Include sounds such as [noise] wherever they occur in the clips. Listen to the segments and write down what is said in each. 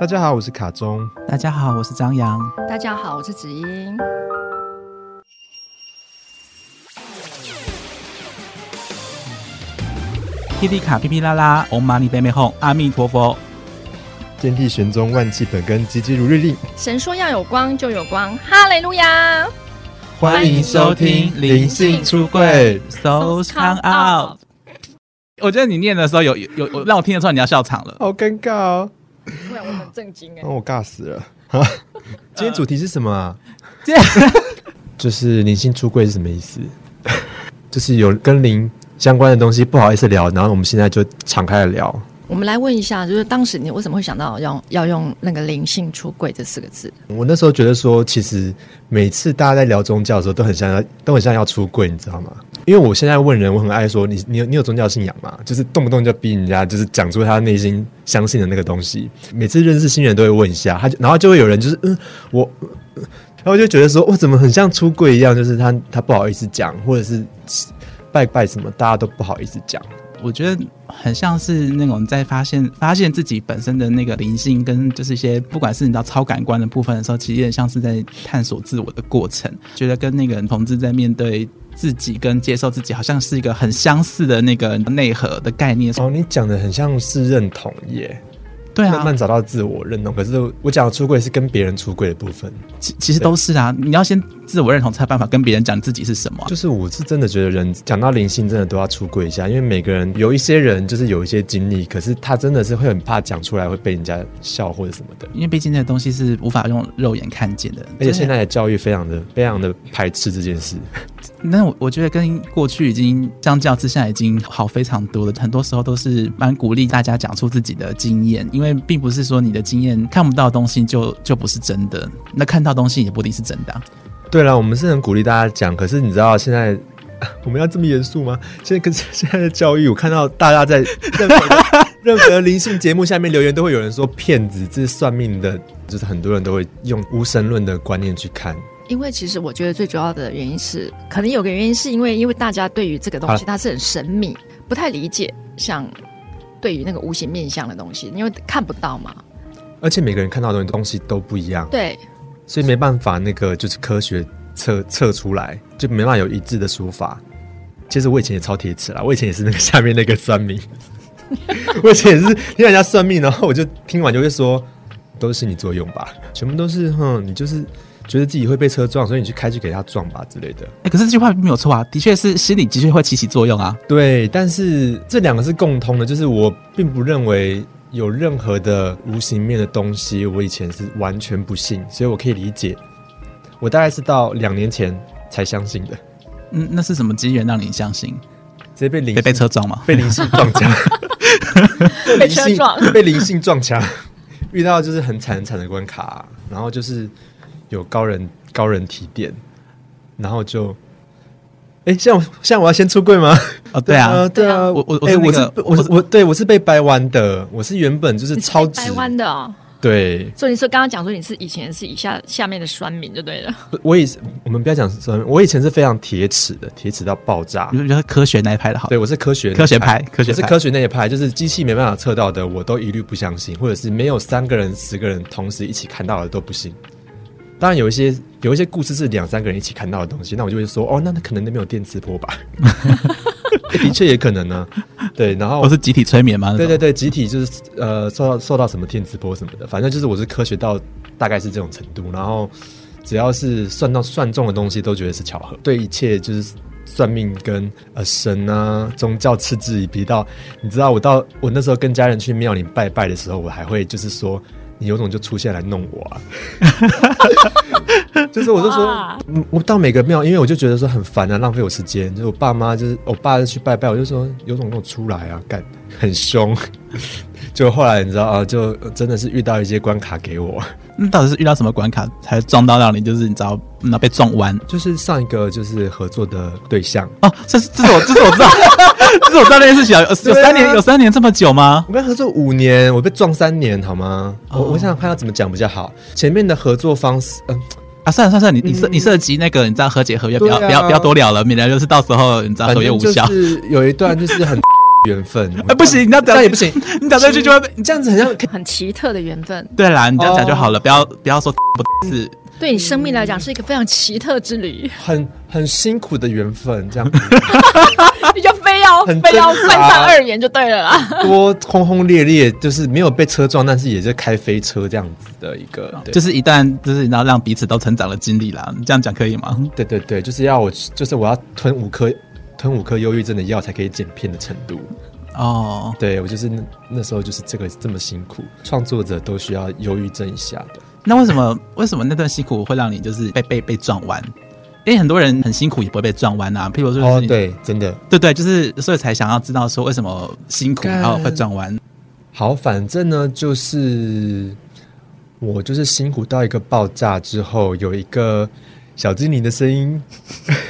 大家好，我是卡中。大家好，我是张扬。大家好，我是子英。霹雳卡噼噼啦啦，Om Mani p a m e Hum，阿弥陀佛。天地玄宗，万气本根，积极如日令。神说要有光就有光，哈雷路亚欢迎收听灵性出柜，So Come Out。我觉得你念的时候有有有让我听得出来你要笑场了。好尴尬哦，不然我们震惊哎让、我尬死了。今天主题是什么 [laughs] 啊？今天就是灵性出柜是什么意思？ [laughs] 就是有跟灵相关的东西不好意思聊，然后我们现在就敞开来聊。我们来问一下，就是当时你为什么会想到要要用那个灵性出柜这四个字？我那时候觉得说，其实每次大家在聊宗教的时候，都很像要都很像要出柜，你知道吗？因为我现在问人，我很爱说你你有你有宗教信仰吗？就是动不动就逼人家，就是讲出他内心相信的那个东西。每次认识新人都会问一下，他就然后就会有人就是嗯我，嗯然后我就觉得说我怎么很像出柜一样，就是他他不好意思讲，或者是拜拜什么，大家都不好意思讲。我觉得很像是那种在发现发现自己本身的那个灵性，跟就是一些不管是你到超感官的部分的时候，其实有点像是在探索自我的过程。觉得跟那个同志在面对自己跟接受自己，好像是一个很相似的那个内核的概念。哦，你讲的很像是认同耶，对啊，慢慢找到自我认同。可是我讲的出柜是跟别人出柜的部分。其其实都是啊，你要先自我认同，才有办法跟别人讲自己是什么啊、就是我是真的觉得人讲到灵性，真的都要出柜一下，因为每个人有一些人就是有一些经历，可是他真的是会很怕讲出来会被人家笑或者什么的。因为毕竟那个东西是无法用肉眼看见的。而且现在的教育非常的非常的排斥这件事，真的，那我我觉得跟过去已经相较之下已经好非常多了。很多时候都是蛮鼓励大家讲出自己的经验，因为并不是说你的经验看不到的东西就就不是真的，那看到东西也不一定是真的啊、对啦，我们是很鼓励大家讲，可是你知道现在 [laughs] 我们要这么严肃吗？现在跟现在的教育，我看到大家在任何的任何灵性节目下面留言，都会有人说骗子，这是算命的，就是很多人都会用无神论的观念去看。因为其实我觉得最主要的原因是，可能有个原因是因为因为大家对于这个东好西它是很神秘，不太理解，像对于那个无形面相的东西，因为看不到嘛。而且每个人看到的东西都不一样，对，所以没办法，那个就是科学测测出来，就没办法有一致的说法。其实我以前也超铁齿啦，我以前也是那个下面那个算命， [laughs] 我以前也是听人家算命，然后我就听完就会说，都是心理作用吧，全部都是哼，你就是觉得自己会被车撞，所以你去开去给他撞吧之类的。哎、可是这句话没有错啊，的确是心理的确会起起作用啊。对，但是这两个是共通的，就是我并不认为有任何的无形面的东西，我以前是完全不信，所以我可以理解。我大概是到两年前才相信的，嗯，那是什么机缘让你相信？直接被灵被被 [laughs] 性车撞吗？被灵性撞墙，被车撞灵性被灵性撞墙，遇到就是很惨很惨的关卡、然后就是有高人高人提点，然后就。哎，像我像我要先出柜吗？哦，对啊，对啊，我我我哎是那我个是我是我对我是被掰弯的，我是原本 [laughs] 就是超直台湾的哦。对，所以你说刚刚讲说你是以前是以下下面的酸民就对了，不我以我们不要讲什么，我以前是非常铁齿的，铁齿到爆炸你。就觉得科学那一派的好对，。我是科学科学那一派科学我是派科学那一派，就是机器没办法测到的，我都一律不相信，或者是没有三个人、十个人同时一起看到的都不信。当然有一些有一些故事是两三个人一起看到的东西，那我就会说，哦，那那可能那边有电磁波吧， [laughs] [laughs] 哎的确也可能呢、对，然后我是集体催眠啊吗？那对对种对，集体就是呃受到受到什么电磁波什么的，反正就是我是科学到大概是这种程度，然后只要是算到算中的东西都觉得是巧合，对一切就是算命跟呃神啊宗教嗤之以鼻到，你知道我到我那时候跟家人去庙里拜拜的时候，我还会就是说。你有种就出现来弄我啊！就是我就说哇，嗯我到每个庙，因为我就觉得说很烦啊，浪费我时间。就是我爸妈，就是我爸去拜拜，我就说有种跟我出来啊，干很凶。 [laughs] 就后来你知道啊，就真的是遇到一些关卡给我，那嗯到底是遇到什么关卡才撞到让你就是你知道那被撞弯？就是上一个就是合作的对象，哦，这是这是我这是我 [laughs] 知道，这是我知道那件事情啊有有对啊三年有三年这么久吗？我跟他合作五年，我被撞三年，好吗？哦我我想想看要怎么讲比较好。前面的合作方式，嗯、啊，算了算了，你你涉你涉及那个你知道和解合约，不要对啊不要不要多聊了，免得就是到时候你知道反合约正无就效。是有一段就是很 [laughs] 缘分。哎，不行，你要那讲也不行， [laughs] 你讲这句就会被。你这样子很像很奇特的缘分，对啦，你这样哦讲就好了，不要不要说 [laughs] 不是对你生命来讲是一个非常奇特之旅，很很辛苦的缘分，这样你 [laughs] 就非要很非要挣犯扎上二元就对了啦。多轰轰烈烈，就是没有被车撞，但是也是开飞车这样子的一个，对就是一旦就是你知道让彼此都成长的经历啦，你这样讲可以吗？对对对，就是要我就是我要吞五颗吞五颗忧郁症的药才可以减片的程度。哦，对我就是那那时候就是这个这么辛苦，创作者都需要忧郁症一下的。那为什么为什么那段辛苦会让你就是被被被撞弯？因为很多人很辛苦也不会被撞弯啊，譬如说就是哦，你对，真的对对，就是所以才想要知道说为什么辛苦干然后会转弯。嗯好，反正呢就是我就是辛苦到一个爆炸之后，有一个小精灵的声音，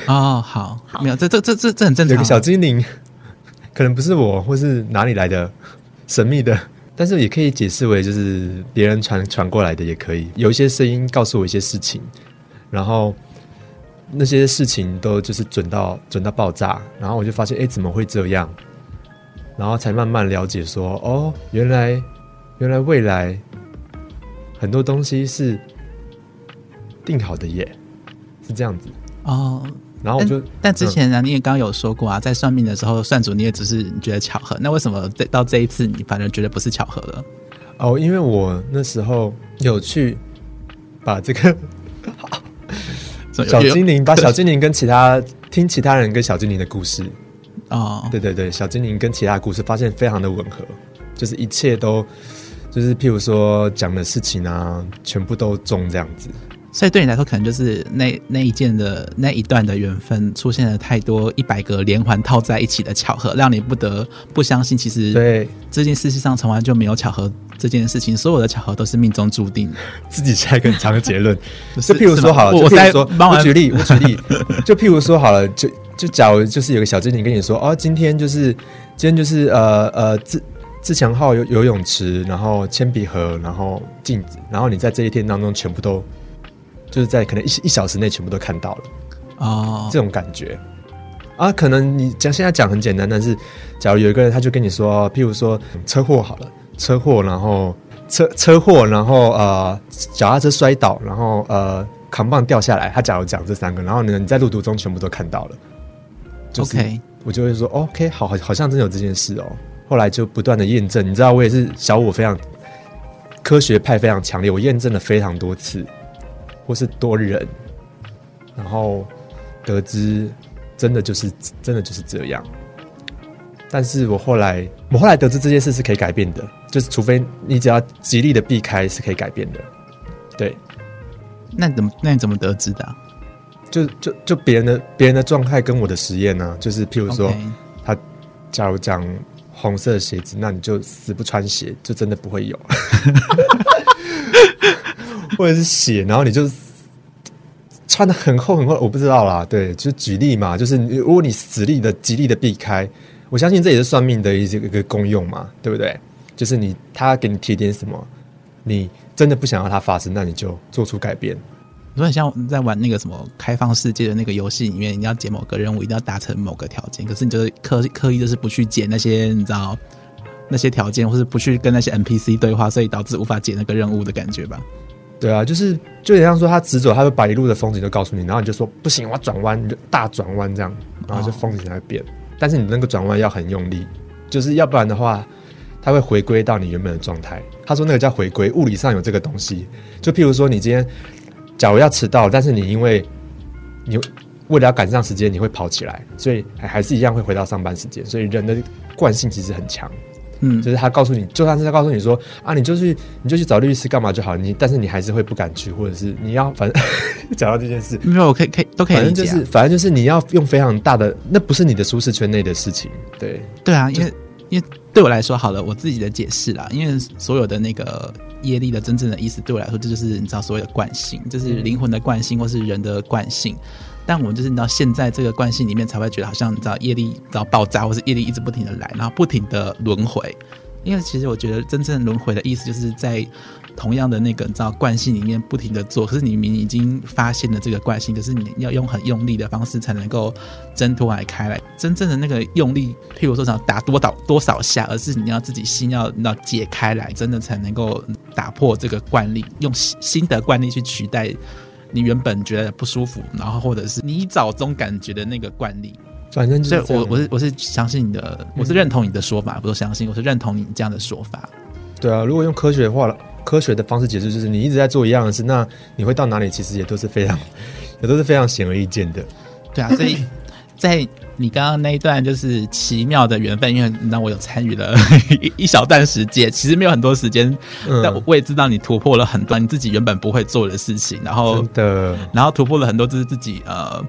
哦，好，没有，这这这这这很 [laughs] 正有常个。小精灵，可能不是我，或是哪里来的神秘的， [laughs] 但是也可以解释为就是别人传传过来的也可以。有一些声音告诉我一些事情，然后那些事情都就是准到准到爆炸，然后我就发现哎怎么会这样，然后才慢慢了解说哦原来原来未来很多东西是定好的耶，是这样子。哦，然后我但就但之嗯前呢、你也刚刚有说过啊，在算命的时候算主你也只是你觉得巧合，那为什么这到这一次你反而觉得不是巧合了？哦，因为我那时候有去把这个所以小有精灵，把小精 [laughs] 灵跟其他听其他人跟小精灵的故事，哦，对对对，小精灵跟其他的故事发现非常的吻合，就是一切都就是譬如说讲的事情啊，全部都中这样子。所以对你来说可能就是那那一件的那一段的缘分出现了太多一百个连环套在一起的巧合，让你不得不相信，其实对这件事情上从来就没有巧合这件事情，所有的巧合都是命中注定的。自己下一个很长的结论，是就譬如是说吗好了，我就譬在如说，帮我我举例，我举例，就譬如说好了，就就假如就是有个小精灵跟你说，哦，今天就是今天就是呃呃自。自强号游游泳池，然后铅笔盒，然后镜子，然后你在这一天当中全部都，就是在可能一一小时内全部都看到了哦这，种感觉啊。可能你讲现在讲很简单，但是假如有一个人他就跟你说，譬如说嗯车祸好了，车祸，然后车车祸，然后呃脚踏车摔倒，然后呃扛棒掉下来，他假如讲这三个，然后呢你在路途中全部都看到了，就是 OK 我就会说 OK，好，好好像真的有这件事哦。后来就不断的验证，你知道我也是小我非常科学派非常强烈，我验证了非常多次，或是多人，然后得知真的就是真的就是这样。但是我后来，我后来得知这件事是可以改变的，就是除非你只要极力的避开是可以改变的。对，那你怎么那你怎么得知的啊、就就就别人的别人的状态跟我的实验呢、就是譬如说 OK 他假如讲红色的鞋子，那你就死不穿鞋，就真的不会有，或者是血，然后你就穿的很厚很厚，我不知道啦。对，就举例嘛，就是你如果你死力的极力的避开，我相信这也是算命的一些一个功用嘛，对不对？就是你他给你提点什么，你真的不想要它发生，那你就做出改变。你说很像在玩那个什么开放世界的那个游戏里面，你要解某个任务，一定要达成某个条件，可是你就是刻刻意就是不去解那些你知道那些条件，或是不去跟那些 NPC 对话，所以导致无法解那个任务的感觉吧？对啊，就是就很像说他直走，他会把一路的风景都告诉你，然后你就说不行，我要转弯，你就大转弯这样，然后就风景才会变。但是你那个转弯要很用力，就是要不然的话，它会回归到你原本的状态。他说那个叫回归，物理上有这个东西。就譬如说你今天假如要迟到，但是你因为你为了要赶上时间，你会跑起来，所以还还是一样会回到上班时间。所以人的惯性其实很强。嗯就是他告诉你，就算是他告诉你说啊，你就去你就去找律师干嘛就好，你但是你还是会不敢去，或者是你要反正 [laughs] 讲到这件事，没有，我可以可以都可以反理正解就啊、是反正就是你要用非常大的，那不是你的舒适圈内的事情，对，对啊，因为因为对我来说，好了，我自己的解释啦，因为所有的那个业力的真正的意思，对我来说，这就是你知道所谓的惯性，就是灵魂的惯性，或是人的惯性。但我们就是你知道，现在这个惯性里面才会觉得好像你知道业力你知道爆炸，或是业力一直不停的来，然后不停的轮回。因为其实我觉得真正轮回的意思，就是在同样的那个你知道惯性里面不停的做，可是你明明已经发现了这个惯性，可是你要用很用力的方式才能够挣脱来开来。真正的那个用力，譬如说想打多少多少下，而是你要自己心要要解开来，真的才能够打破这个惯例，用新新的惯例去取代。你原本觉得不舒服，然后或者是你早中感觉的那个惯例，反正所就以是这我样嗯我是我是相信你的，我是认同你的说法，不是相信，我是认同你这样的说法。对啊，如果用科学化科学的方式解释，就是你一直在做一样的事，那你会到哪里，其实也都是非常 [laughs] 也都是非常显而易见的。对啊，[laughs] 所以在你刚刚那一段就是奇妙的缘分，因为你知道我有参与了 [laughs] 一一小段时间，其实没有很多时间，嗯但我我也知道你突破了很多你自己原本不会做的事情，然后真的，然后突破了很多就是自己呃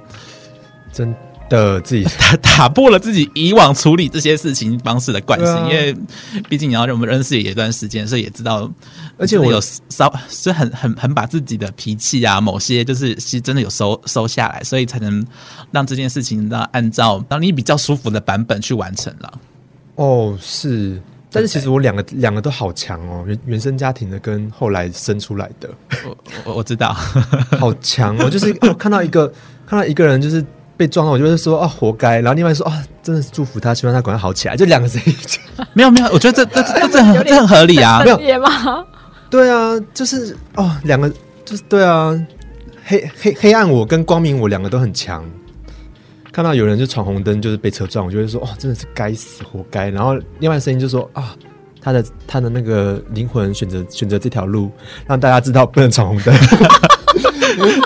真的自己打 [laughs] 打破了自己以往处理这些事情方式的惯性，对啊因为毕竟你要让我们认识也一段时间，所以也知道，而且我有稍是很很很把自己的脾气啊，某些就是其实真的有收收下来，所以才能让这件事情让按照让你比较舒服的版本去完成了。哦是。但是其对实我两个两个都好强哦，原原生家庭的跟后来生出来的，我我我知道， [laughs] 好强哦！就是哦看到一个看到一个人就是被撞到，我就会说啊活该，然后另外说啊真的是祝福他，希望他赶快好起来，就两个声音。没有没有，我觉得这这这这很这很合理啊没。有分裂吗？对啊，就是哦两个就是对啊，黑黑黑暗我跟光明我两个都很强。看到有人就闯红灯就是被车撞，我就会说哦真的是该死活该，然后另外声音就说啊。他的他的那个灵魂选择选择这条路，让大家知道不能闯红灯。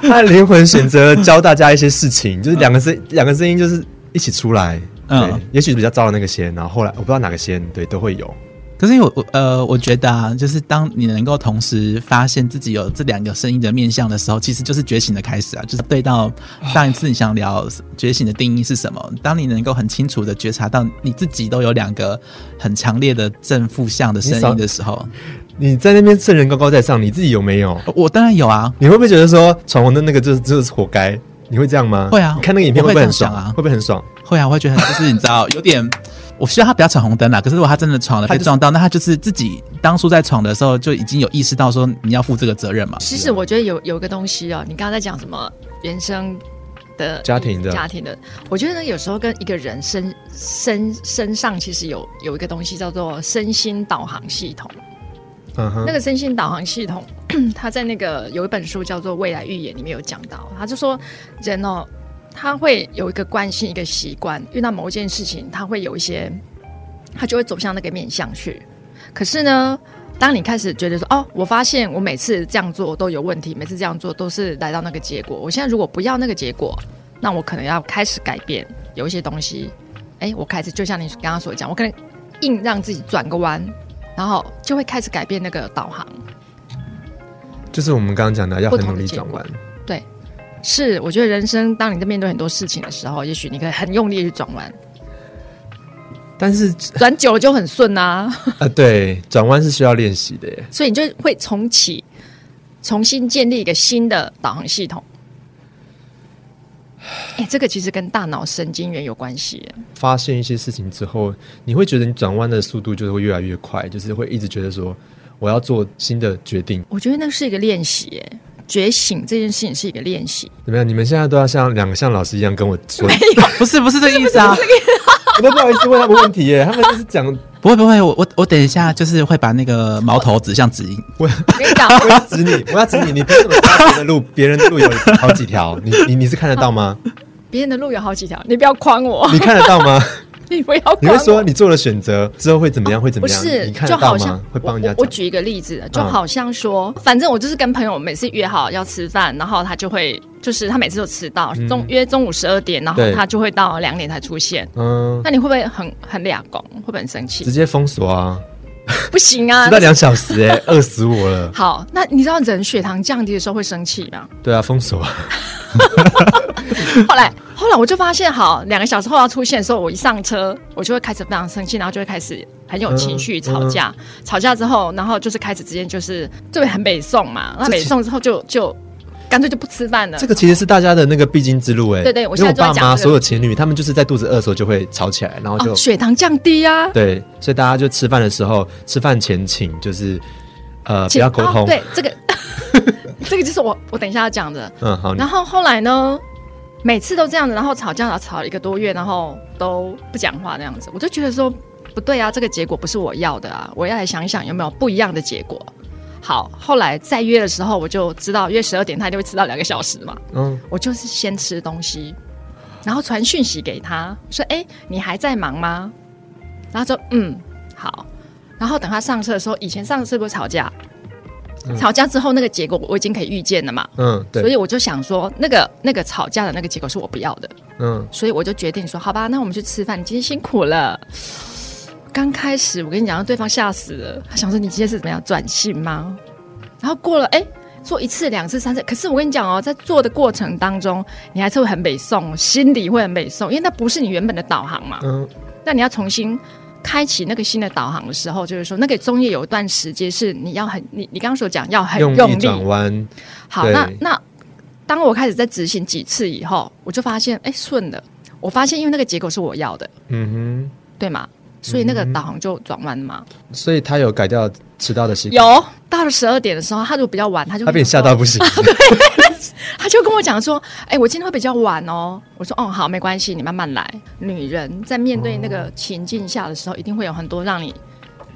他的灵魂选择教大家一些事情，就是两个声两个声音就是一起出来。嗯对，也许比较糟的那个先，然后后来我不知道哪个先，对，都会有。可是因为我我呃，我觉得啊，就是当你能够同时发现自己有这两个声音的面向的时候，其实就是觉醒的开始啊。就是对到上一次你想聊觉醒的定义是什么，当你能够很清楚的觉察到你自己都有两个很强烈的正负向的声你少音的时候，你在那边圣人高高在上，你自己有没有？呃 [laughs] 我当然有啊。你会不会觉得说闯红灯那个就是就是活该？你会这样吗？会啊你看那个影片我会不会很这样爽想啊会不会很爽？会啊，我会觉得就是你知道，有点，我希望他不要闯红灯啦。可是如果他真的闯了他被就是撞到，那他就是自己当初在闯的时候就已经有意识到说你要负这个责任嘛。其实我觉得有有一个东西哦，你刚刚在讲什么原生的家庭的家庭的，我觉得呢，有时候跟一个人身身身上其实有有一个东西叫做身心导航系统。嗯哼，那个身心导航系统， [clears throat] 他在那个有一本书叫做《未来预言》里面有讲到，他就说人哦，他会有一个惯性、一个习惯，遇到某一件事情，他会有一些，他就会走向那个面向去。可是呢，当你开始觉得说，哦，我发现我每次这样做都有问题，每次这样做都是来到那个结果，我现在如果不要那个结果，那我可能要开始改变有一些东西。哎，我开始就像你刚刚所讲，我可能硬让自己转个弯，然后就会开始改变那个导航。就是我们刚刚讲的，要不很同努的力结转果弯。对，是我觉得人生，当你在面对很多事情的时候，也许你可以很用力地去转弯，但是转久了就很顺啊，啊， [laughs] 对，转弯是需要练习的耶。所以你就会重启，重新建立一个新的导航系统。哎、这个其实跟大脑神经元有关系耶。发现一些事情之后，你会觉得你转弯的速度就是会越来越快，就是会一直觉得说我要做新的决定。我觉得那是一个练习耶，觉醒这件事情是一个练习。怎么样？你们现在都要像两个像老师一样跟我 [laughs] 说，我 [laughs] 不是不是这个意思啊。都不好意思问他们问题耶。他们就是讲不会不会，我我我等一下就是会把那个矛头指向指引。我跟你讲，我要指你，我要指你，你凭什么知道别人的路？别人的路有好几条，你你你是看得到 [laughs] 吗？别人的路有好几条，你不要框我，你看得到吗？你不要框我。啊你会说你做了选择之后会怎么样？会怎不么样？是，你看就得到好像吗？会帮人家我我。我讲。嗯举一个例子，就好像说，反正我就是跟朋友每次约好要吃饭，然后他就会，就是他每次都迟到，中约中午十二点，然嗯后对他就会到两点才出现。嗯，那你会不会很很俩公？会不会很生直气？接封锁啊！不行啊迟！到两小 [laughs] 时、欸，饿死我了。好，那你知道人血糖降低的时候会生气吗？对啊，封锁啊。后来，后来我就发现，好，两个小时后要出现的时候，我一上车，我就会开始非常生气，然后就会开始很有情绪嗯吵架。吵架之后，然后就是开始之间就是就会很北宋嘛，那这北其宋之后就就干脆就不吃饭了。这个其实是大家的那个必经之路、欸，哎。对对我因为现在我就在爸讲妈这个所有情侣，他们就是在肚子饿的时候就会吵起来，然后就、哦，血糖降低啊，对，所以大家就吃饭的时候，吃饭前请就是呃，不请要沟哦通。对，这个 [laughs] 这个就是我我等一下要讲的。嗯，好，你然后后来呢，每次都这样子，然后吵架吵了一个多月，然后都不讲话那样子，我就觉得说不对啊，这个结果不是我要的啊，我要来想想有没有不一样的结果。好，后来再约的时候，我就知道约十二点，他就会迟到两个小时嘛。嗯，我就是先吃东西，然后传讯息给他说：“哎、你还在忙吗？”然后就嗯好，然后等他上车的时候，以前上次不是吵架，吵架之后那个结果我已经可以预见了嘛，嗯，所对，以我就想说，那个那个吵架的那个结果是我不要的，嗯，所以我就决定说，好吧，那我们去吃饭，你今天辛苦了。刚开始我跟你讲，让对方吓死了，他想说你今天是怎么样转性吗？然后过了哎。做一次、两次、三次，可是我跟你讲哦，在做的过程当中，你还是会很北宋，心里会很北宋，因为那不是你原本的导航嘛。嗯，那你要重新开启那个新的导航的时候，就是说，那个中间有一段时间是你要很，你你刚刚所讲要很用用力力转弯，好，对那那当我开始在执行几次以后，我就发现，哎，顺了。我发现，因为那个结果是我要的，嗯对吗？所以那个导航就转弯嘛。哼，所以他有改掉迟到的习惯，有到了十二点的时候，他如果比较晚，他就他被你吓到， [laughs] 不行。他就跟我讲说：“哎，我今天会比较晚哦。”我说：“哦，好，没关系，你慢慢来。”女人在面对那个情境下的时候，一定会有很多让你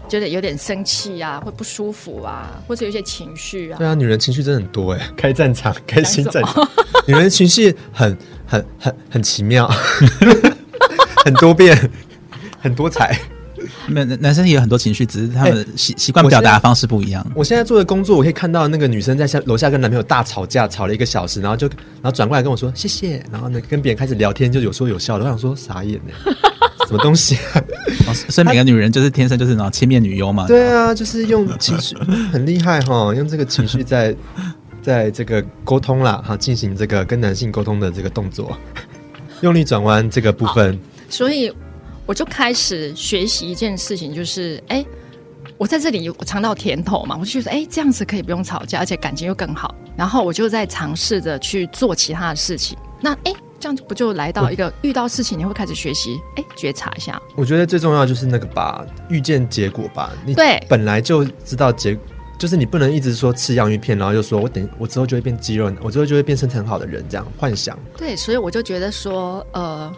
觉得有点生气啊，会不舒服啊，或者有一些情绪啊。对啊，女人情绪真的很多哎， [laughs] 开战场，开心讲什战场， [laughs] 女人情绪很很很很奇妙， [laughs] 很多变，很多彩。没有男男生也有很多情绪，只是他们哎的习习惯我表现在达的方式不一样。我现在做的工作，我可以看到那个女生在下楼下跟男朋友大吵架，吵了一个小时，然后就然后转过来跟我说谢谢，然后呢跟别人开始聊天，就有说有笑的。我想说傻眼呢，什么东西、啊？哦所以每个女人就是天生就是那种千面女优嘛。对啊，就是用情绪 [laughs] 很厉害哈，用这个情绪在在这个沟通啦哈，进行这个跟男性沟通的这个动作， [laughs] 用力转弯这个部分，所以我就开始学习一件事情，就是哎、我在这里我尝到甜头嘛，我就觉得哎、这样子可以不用吵架，而且感情又更好。然后我就在尝试着去做其他的事情。那哎、这样不就来到一个遇到事情你会开始学习，哎、觉察一下。我觉得最重要就是那个吧，预见结果吧。你对本来就知道结，就是你不能一直说吃洋芋片，然后又说我等我之后就会变肌肉，我之后就会变身材很好的人，这样幻想。对，所以我就觉得说，呃，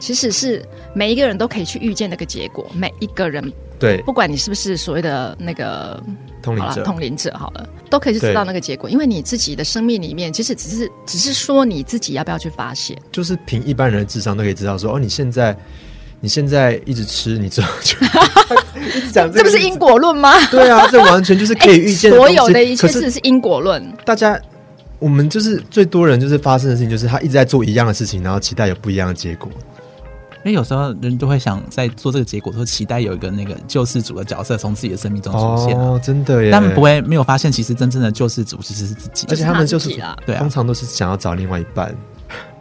其实是每一个人都可以去遇见那个结果，每一个人，对，不管你是不是所谓的那个通灵好了，者，同龄者好了，都可以去知道那个结果，因为你自己的生命里面，其实只是只是说你自己要不要去发现。就是凭一般人的智商都可以知道说，哦，你现在你现在一直吃，你之后 [laughs] 就 [laughs] 一直讲这个不是因果论吗？对啊，这完全就是 [laughs] 可以预见、的哎所东西有的一切可是事是因果论，大家，我们就是最多人就是发生的事情，就是他一直在做一样的事情，然后期待有不一样的结果。因为有时候人就会想在做这个结果，都期待有一个那个救世主的角色从自己的生命中出现啊、哦，真的耶！但他们不会没有发现，其实真正的救世主其实是自己而，且他们就就是是他自己啦对啊通常都是想要找另外一半。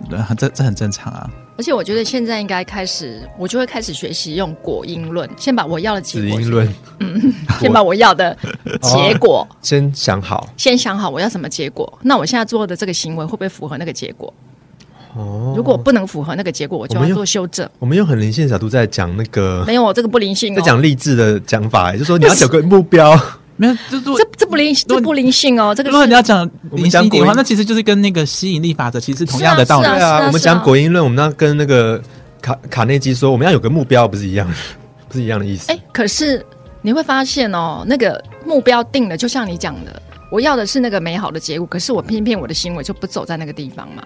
对呃这这很正常啊。而且我觉得现在应该开始，我就会开始学习用果因论，先把我要的结子果音，论，先把我要的结果、先想好先想好我要什么结果。那我现在做的这个行为会不会符合那个结果？哦。如果不能符合那个结果，我就我们要又做修正。我们用很灵性的角度在讲那个，没有，这个不灵性在哦。讲励志的讲法，也就是说你要有个目标。 [laughs] 没有，就如果这这不灵，这不灵性哦。这个如是果你要讲我灵们性一讲点的国话，语那其实就是跟那个吸引力法则其实是同样的道理。是啊对是啊我们是啊讲果因论，我们要跟那个卡卡内基说，我们要有个目标，不是一样，不是一样的意思。哎、可是你会发现哦，那个目标定了，就像你讲的，我要的是那个美好的结果，可是我偏偏我的行为就不走在那个地方嘛。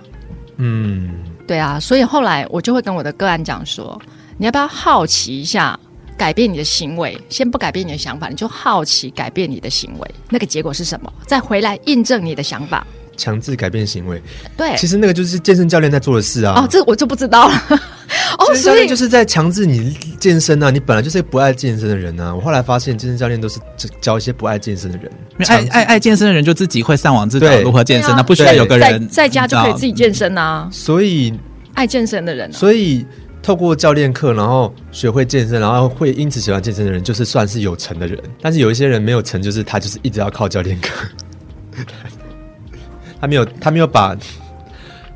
嗯，对啊，所以后来我就会跟我的个案讲说，你要不要好奇一下，改变你的行为，先不改变你的想法，你就好奇改变你的行为，那个结果是什么，再回来印证你的想法。强制改变行为，对，其实那个就是健身教练在做的事啊。哦，这我就不知道了。哦，健身教所练以就是在强制你健身啊！你本来就是不爱健身的人啊！我后来发现，健身教练都是教一些不爱健身的人，因为爱爱爱健身的人就自己会上网知道对如何健对身，啊那不需要有个在人在家就可以自己你知道健身啊，所以爱健身的人、啊。所以透过教练课，然后学会健身，然后会因此喜欢健身的人，就是算是有成的人。但是有一些人没有成，就是他就是一直要靠教练课， [laughs] 他没有他没有把。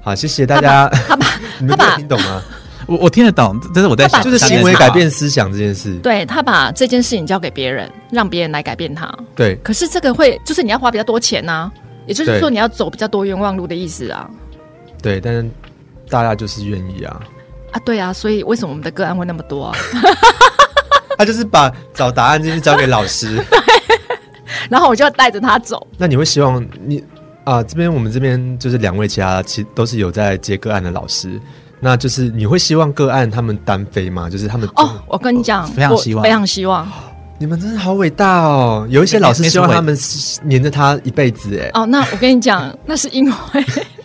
好，谢谢大家。他把 [laughs] 你们他把有听懂吗？我我听得懂，但是我在他想，把就是这下些行面为是改好变思想这件 [laughs] 事。对他把这件事情交给别人，让别人来改变他。对，可是这个会，就是你要花比较多钱呐、也就是对说你要走比较多冤枉路的意思啊。对，但是大家就是愿意啊，啊，对啊，所以为什么我们的个案会那么多啊？他就是把找答案这件事交给老师。 [laughs] 然后我就要带着他走。那你会希望你啊、这边我们这边就是两位其他其都是有在接个案的老师，那就是你会希望个案他们单飞吗？就是他们真的哦，我跟你讲，非常我希望非常希望。你们真的好伟大哦！有一些老师希望他们是黏着他一辈子，哎，哦，那我跟你讲，那是因为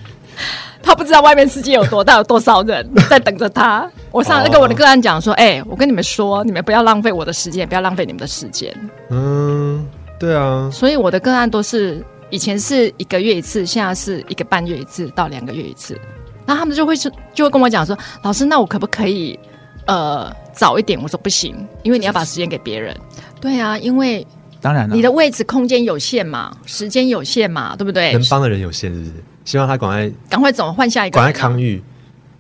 [laughs] 他不知道外面世界有多大，有多少人在等着他。我上次跟我的个案讲说，哎、我跟你们说，你们不要浪费我的时间，不要浪费你们的时间。嗯，对啊，所以我的个案都是以前是一个月一次，现在是一个半月一次到两个月一次。然后他们就会就就会跟我讲说，老师，那我可不可以呃早一点？我说不行，因为你要把时间给别人。对啊，因为当然了，你的位置空间有限嘛，时间有限嘛，对不对能？帮的人有限，是不是？希望他赶快赶快走，换下一个赶人啊。快康愈，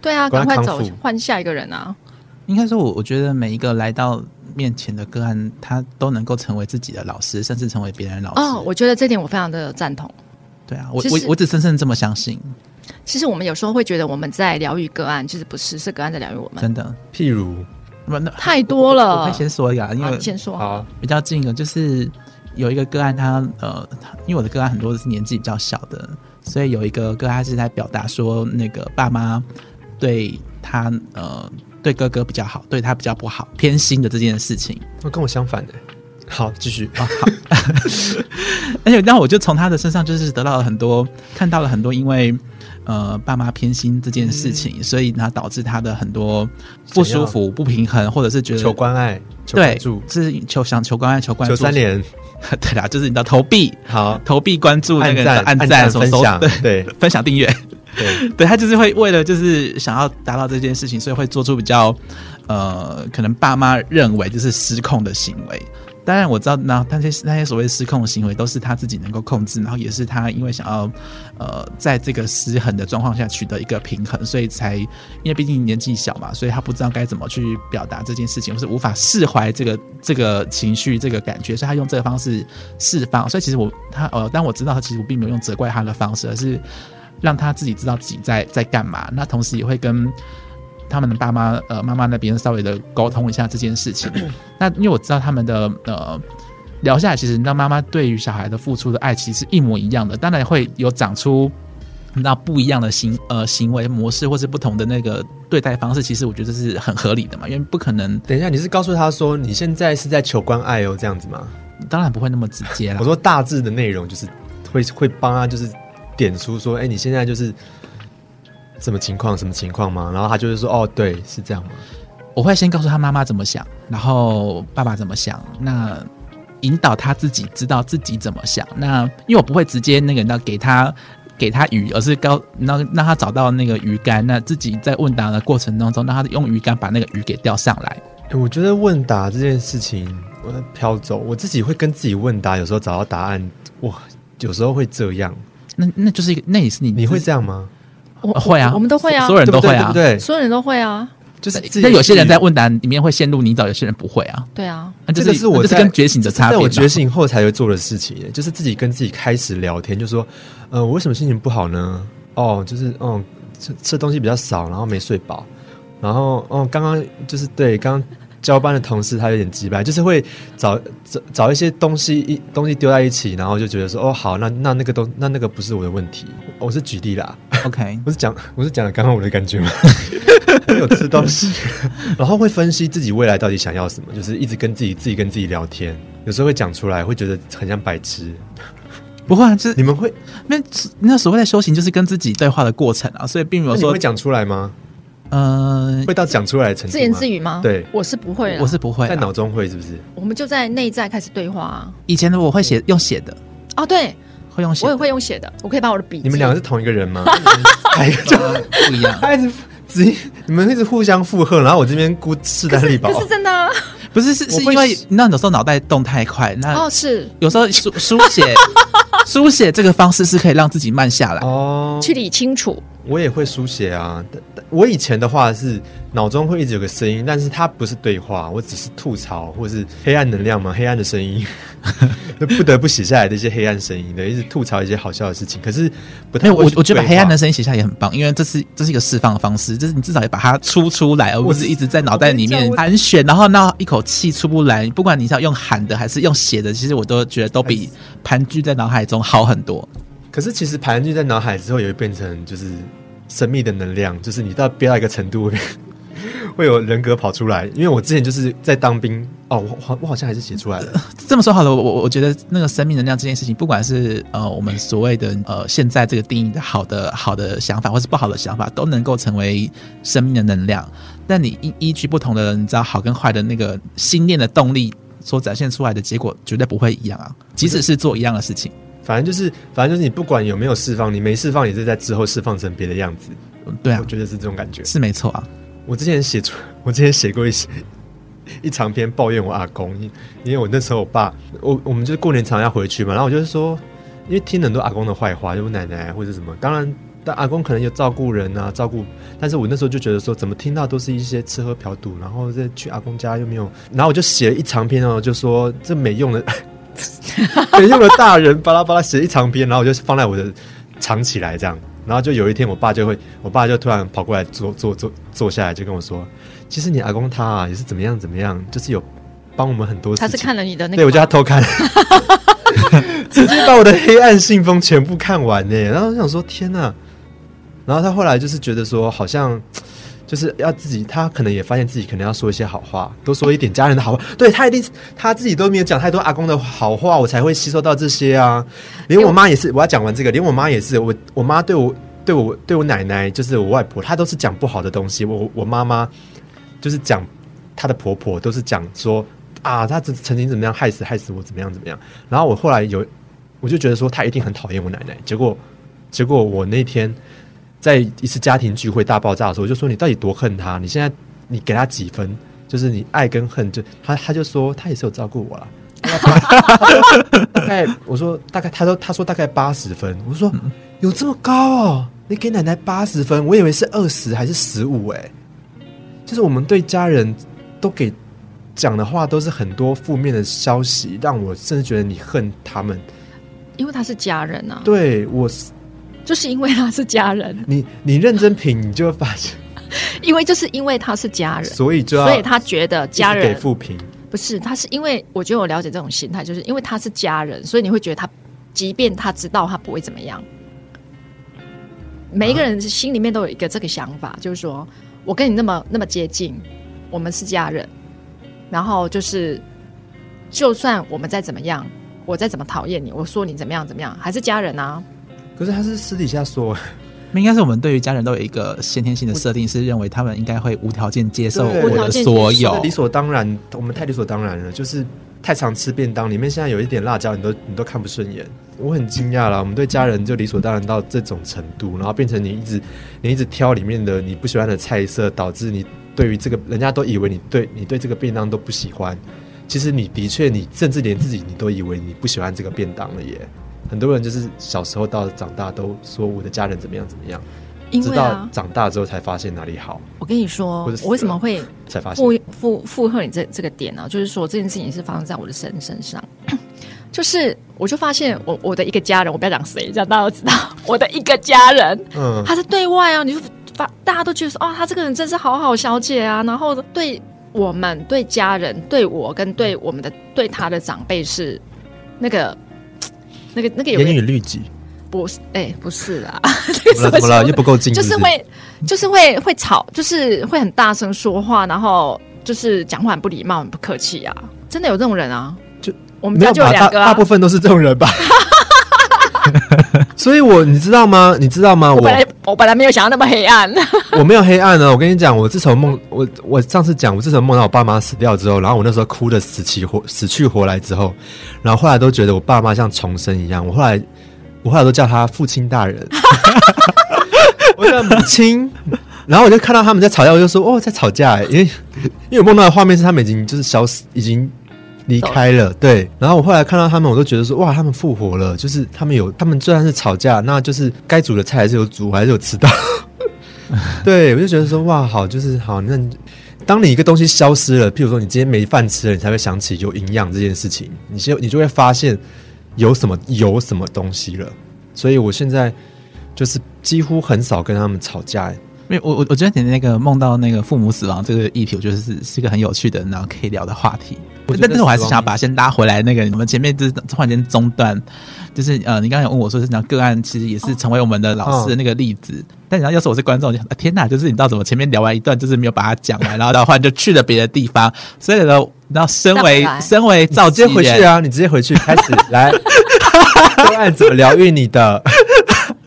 对啊，赶赶快快康走复，换下一个人啊！应该说我，我觉得每一个来到面前的个案，他都能够成为自己的老师，甚至成为别人的老师。哦，我觉得这点我非常的赞同。对啊，我其我实我只深深这么相信，其实我们有时候会觉得我们在疗愈个案，其实不是，是个案在疗愈我们。真的。譬如那那太多我我了可以，先说一个啊，因呃好，为你先说。好，比较近的，就是有一个个案他，呃，他因为我的个案很多是年纪比较小的，所以有一个个案他是在表达说，那个爸妈对他呃对哥哥比较好，对他比较不好，偏心的这件 [laughs] 事情。那跟我相反的，哦好，继续，啊、好， [laughs] 而且，然后我就从他的身上就是得到了很多，看到了很多，因为呃爸妈偏心这件事情，所以他导致他的很多不舒服、不平衡，或者是觉得求关爱，求对关注，，是求想求关爱、求关注求三，连， [laughs] 对啦，就是你的投币、好，投币、关注哦那按个赞，按赞，什么分收享，对对分享、订阅，对，对他就是会为了就是想要达到这件事情，所以会做出比较呃，可能爸妈认为就是失控的行为。当然我知道，然后那些那些所谓失控的行为都是他自己能够控制，然后也是他因为想要呃在这个失衡的状况下取得一个平衡，所以才因为毕竟年纪小嘛，所以他不知道该怎么去表达这件事情，或是无法释怀这个这个情绪这个感觉，所以他用这个方式释放。所以其实我他呃，但我知道他其实我并没有用责怪他的方式，而是让他自己知道自己在在干嘛。那同时也会跟他们的爸妈呃妈妈那边稍微的沟通一下这件事情。那因为我知道他们的呃聊下来，其实那妈妈对于小孩的付出的爱其实是一模一样的，当然会有长出。那不一样的行呃行为模式，或是不同的那个对待方式，其实我觉得这是很合理的嘛，因为不可能，等一下，你是告诉他说你现在是在求关爱哦，这样子吗？当然不会那么直接啦我。说大致的内容就是会会帮他就是点出说，哎、你现在就是什么情况，什么情况吗？然后他就会说，哦，对，是这样吗？我会先告诉他妈妈怎么想，然后爸爸怎么想，那引导他自己知道自己怎么想。那因为我不会直接那个，那给他给他鱼，而是告让让他找到那个鱼竿，那自己在问答的过程当中，让他用鱼竿把那个鱼给钓上来。诶哎我觉得问答这件事情，我在飘走，我自己会跟自己问答，有时候找到答案，哇，有时候会这样，那那就是一个，那也是你你会这样吗？我呃会啊我我们都会啊所，有人对不都对会啊。对不对？所有人都会啊，就是自己那有些人在，问答里面会陷入泥沼，有些人不会啊。对啊，那就这个是我那就是在跟觉醒的在差别嘛。我觉醒后才会做的事情，就是自己跟自己开始聊天，就说，呃，我为什么心情不好呢？哦，就是，嗯，吃吃东西比较少，然后没睡饱，然后，哦，刚刚就是对，刚刚交班的同事他有点鸡掰，就是会找找找一些东西一东西丢在一起，然后就觉得说，哦，好，那那那个东那那个不是我的问题，我是举例啦， OK，我是讲我是讲了刚刚我的感觉吗？我有吃东西， [laughs] 然后会分析自己未来到底想要什么，就是一直跟自己自己跟自己聊天，有时候会讲出来，会觉得很像白痴。不会啊，就是你们会那那所谓的修行，就是跟自己对话的过程啊，所以并没那有你说会讲出来吗？呃，会到讲出来的程度自吗？言自语吗？对我是不会啦，我是不会在啊。脑中会是不是？我们就在内在开始对话啊。以前的我会写用写的，哦，对会用写我也的，会用写的，我可以把我的笔记。你们两个是同一个人吗？ [laughs] 还一个就不一 [laughs] 样。他一直只你们一直互相附和，然后我这边孤势可单力是薄可。是真的啊，不是是我是会因为那有时候脑袋动太快，啊那哦是有时候书书 [laughs] 写书写这个方式是可以让自己慢下来。哦，去理清楚，我也会书写啊，但但我以前的话是脑中会一直有个声音，但是它不是对话，我只是吐槽或是黑暗能量嘛，黑暗的声音， [laughs] 就不得不写下来的一些黑暗声音的，一直吐槽一些好笑的事情。可是不没太有，会我去我觉得把对黑暗话的声音写下也很棒，因为这是这是一个释放的方式，就是你至少也把它出出来，而不是一直在脑袋里面我盘旋，然后那一口气出不来。不管你是要用喊的还是用写的，其实我都觉得都比盘踞在脑海中好很多。可是其实盘踞在脑海之后，也会变成就是神秘的能量，就是你到憋到一个程度会变，会有人格跑出来。因为我之前就是在当兵，哦，我我我好像还是写出来了。这么说好了，我我我觉得那个生命能量这件事情，不管是呃我们所谓的呃现在这个定义的好的好的想法，或是不好的想法，都能够成为生命的能量。但你依依据不同的你知道好跟坏的那个心念的动力所展现出来的结果，绝对不会一样啊！即使是做一样的事情，反正就是，反正就是你不管有没有释放，你没释放也是在之后释放成别的样子。嗯对啊我，觉得是这种感觉。是没错啊。我之前写出，我之前写过一些一长篇抱怨我阿公，因因为我那时候我爸，我我们就是过年常要回去嘛，然后我就是说，因为听很多阿公的坏话，就我奶奶或者什么，当然。但阿公可能有照顾人啊，照顾，但是我那时候就觉得说，怎么听到都是一些吃喝嫖赌，然后再去阿公家又没有，然后我就写了一长篇哦，就说这没用的， [laughs] 没用的大人巴拉巴拉写一长篇，然后我就放在我的藏起来这样，然后就有一天我爸就会，我爸就突然跑过来坐坐坐坐下来，就跟我说，其实你阿公他啊也是怎么样怎么样，就是有帮我们很多事他情。是看了你的那个吗，对我叫他偷看， [laughs] 直接把我的黑暗信封全部看完呢。然后我想说天呐，然后他后来就是觉得说好像。就是要自己，他可能也发现自己可能要说一些好话，多说一点家人的好话。对他一定他自己都没有讲太多阿公的好话，我才会吸收到这些啊。连我妈也是，我要讲完这个，连我妈也是，我我妈对我对我对我奶奶，就是我外婆，她都是讲不好的东西。我我妈妈就是讲她的婆婆，都是讲说啊，她曾曾经怎么样害死害死我，怎么样怎么样。然后我后来有，我就觉得说她一定很讨厌我奶奶。结果结果我那天在一次家庭聚会大爆炸的时候，我就说你到底多恨她？你现在你给她几分？就是你爱跟恨就，她她就说她也是有照顾我啦。大概我说大概，她说她说大概八十分，我说有这么高哦？你给奶奶八十分，我以为是二十还是十五哎。就是我们对家人都给讲的话都是很多负面的消息，让我甚至觉得你恨他们。因为他是家人啊，对我是，就是因为他是家人，你你认真品，你就会发 [laughs] 现，因为就是因为他是家人，所以就要所以他觉得家一直人给负评。不是，他是因为我觉得我了解这种心态，就是因为他是家人，所以你会觉得他，即便他知道他不会怎么样，每一个人心里面都有一个这个想法，就是说我跟你那么那么接近，我们是家人，然后就是就算我们再怎么样，我再怎么讨厌你，我说你怎么样怎么样，还是家人啊。可是他是私底下说，那应该是我们对于家人都有一个先天性的设定，是认为他们应该会无条件接受对我无条的件所接受有是。理所当然，我们太理所当然了，就是太常吃便当，里面现在有一点辣椒，你都你都看不顺眼。我很惊讶啦，我们对家人就理所当然到这种程度，然后变成你一直你一直挑里面的你不喜欢的菜色，导致你对于这个人家都以为你对你对这个便当都不喜欢，其实你的确你甚至连自己你都以为你不喜欢这个便当了耶。很多人就是小时候到长大都说我的家人怎么样怎么样，因直为到啊，长大之后才发现哪里好，我跟你说或者，死我为什么了会才发现附附附和你这这个点呢、啊就是说这件事情是发生在我的身身上，就是我就发现我我的一个家人，我不要讲谁，这样大家都知道，我的一个家人，嗯，他在对外啊，你就发大家都觉得说，哦，他这个人真是好好小姐啊，然后对我们、对家人、对我跟对我们的对他的长辈是那个那个那个有言点语律己。不是，哎、不是啦，怎 [laughs] 么了？怎么了？又不够近，就是不会，就是会会吵，就是会很大声说话，然后就是讲话很不礼貌、很不客气啊！真的有这种人啊？就我们没家有就有吧？大两个、大啊部。分都是这种人吧。 [laughs] 所以我，你知道吗？你知道吗？我我本来我本来没有想到那么黑暗， [laughs] 我没有黑暗啊呢。我跟你讲，我自从梦我我上次讲，我自从梦到我爸妈死掉之后，然后我那时候哭的死去活死去活来之后，然后后来都觉得我爸妈像重生一样。我后来我后来都叫他父亲大人， [laughs] 我叫母亲。然后我就看到他们在吵架，我就说哦，在吵架欸，因为因为我梦到的画面是他们已经就是消失，已经离开了。对，然后我后来看到他们，我都觉得说哇，他们复活了，就是他们有，他们虽然是吵架，那就是该煮的菜还是有煮，还是有吃到。 [laughs] 对，我就觉得说哇，好，就是好。那当你一个东西消失了，譬如说你今天没饭吃了，你才会想起有营养这件事情，你就你就会发现有什么有什么东西了。所以我现在就是几乎很少跟他们吵架。因为我我我觉得你那个梦到那个父母死亡这个议题，我觉得是是一个很有趣的，然后可以聊的话题。我觉得但但是我还死是亡想要把它先拉回来，那个我们前面就是突然间中断，就是呃，你刚才有问我说，是讲个案其实也是成为我们的老师的那个例子。但你知道，要是我是观众，我就想、啊、天哪，就是你知道怎么前面聊完一段，就是没有把它讲完，然后的话就去了别的地方。所以呢，你知道，身为上不来身为早接召集人，回去啊，你直接回去开始 [laughs] 来，个案怎么疗愈你的，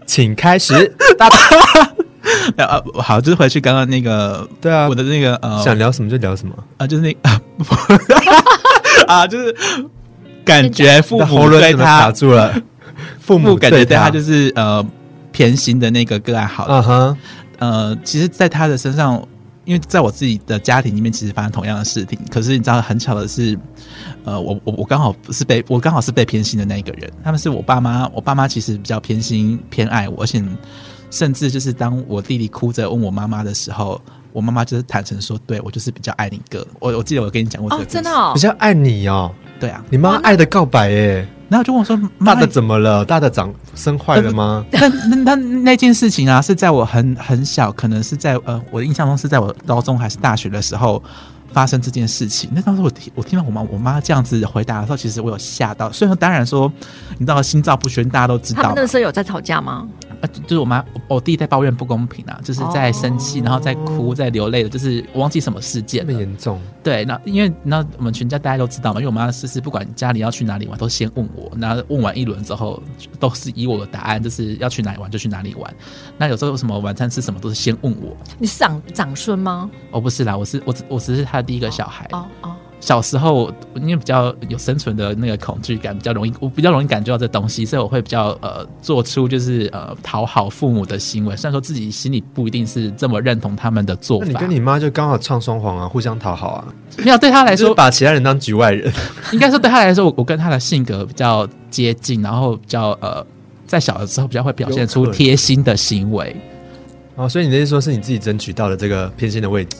请开始。大 [laughs] 呃呃，好，就是回去刚刚那个对啊我的那个呃想聊什么就聊什么，啊，就是那 [laughs] 啊，就是感觉你父的母喉咙对怎么卡他，住了？父父母母感觉对他他就是呃偏心的那个个案好了。嗯哼，嗯呃，其实，在他的身上，因为在我自己的家庭里面，其实发生同样的事情。可是你知道，很巧的是，呃，我我我刚好不是被我刚好是被偏心的那一个人。他们是我爸妈，我爸妈其实比较偏心偏爱我，而且甚至就是当我弟弟哭着问我妈妈的时候，我妈妈就是坦诚说，对我就是比较爱你哥。我我记得我跟你讲过这个哦故，事、真的哦比，较爱你哦，对啊。你妈爱的告白耶。然后就跟我说，妈大的怎么了？大的长生坏了吗？但那那那件事情啊，是在我很很小，可能是在呃，我的印象中是在我高中还是大学的时候发生这件事情。那当时我听我听到我妈我妈这样子回答的时候，其实我有吓到。虽然当然说，你知道心照不宣，大家都知他道们嘛那，时候有在吵架吗？啊就就是我妈我我弟在抱怨不公平啊，就是在生气，然后在哭，在流泪的，就是我忘记什么事件这么了。严重，对，那因为那我们全家大家都知道嘛，因为我妈就是不管家里要去哪里玩，都先问我，然后问完一轮之后，都是以我的答案，就是要去哪里玩就去哪里玩。那有时候有什么晚餐吃什么，都是先问我。你是长长孙吗？哦，不是啦，我是我只我只是她的第一个小孩。哦哦，小时候因为比较有生存的那个恐惧感，比较容易，我比较容易感觉到这东西，所以我会比较呃做出就是呃讨好父母的行为。虽然说自己心里不一定是这么认同他们的做那法，你跟你妈就刚好唱双簧啊，互相讨好啊，没有对他来还说是把其他人当局外人？ [laughs] [laughs] 应该说对他来说，我我跟他的性格比较接近，然后比较呃，在小的时候比较会表现有出可能贴心的行为。哦，所以你的意思说是你自己争取到了这个偏心的位置？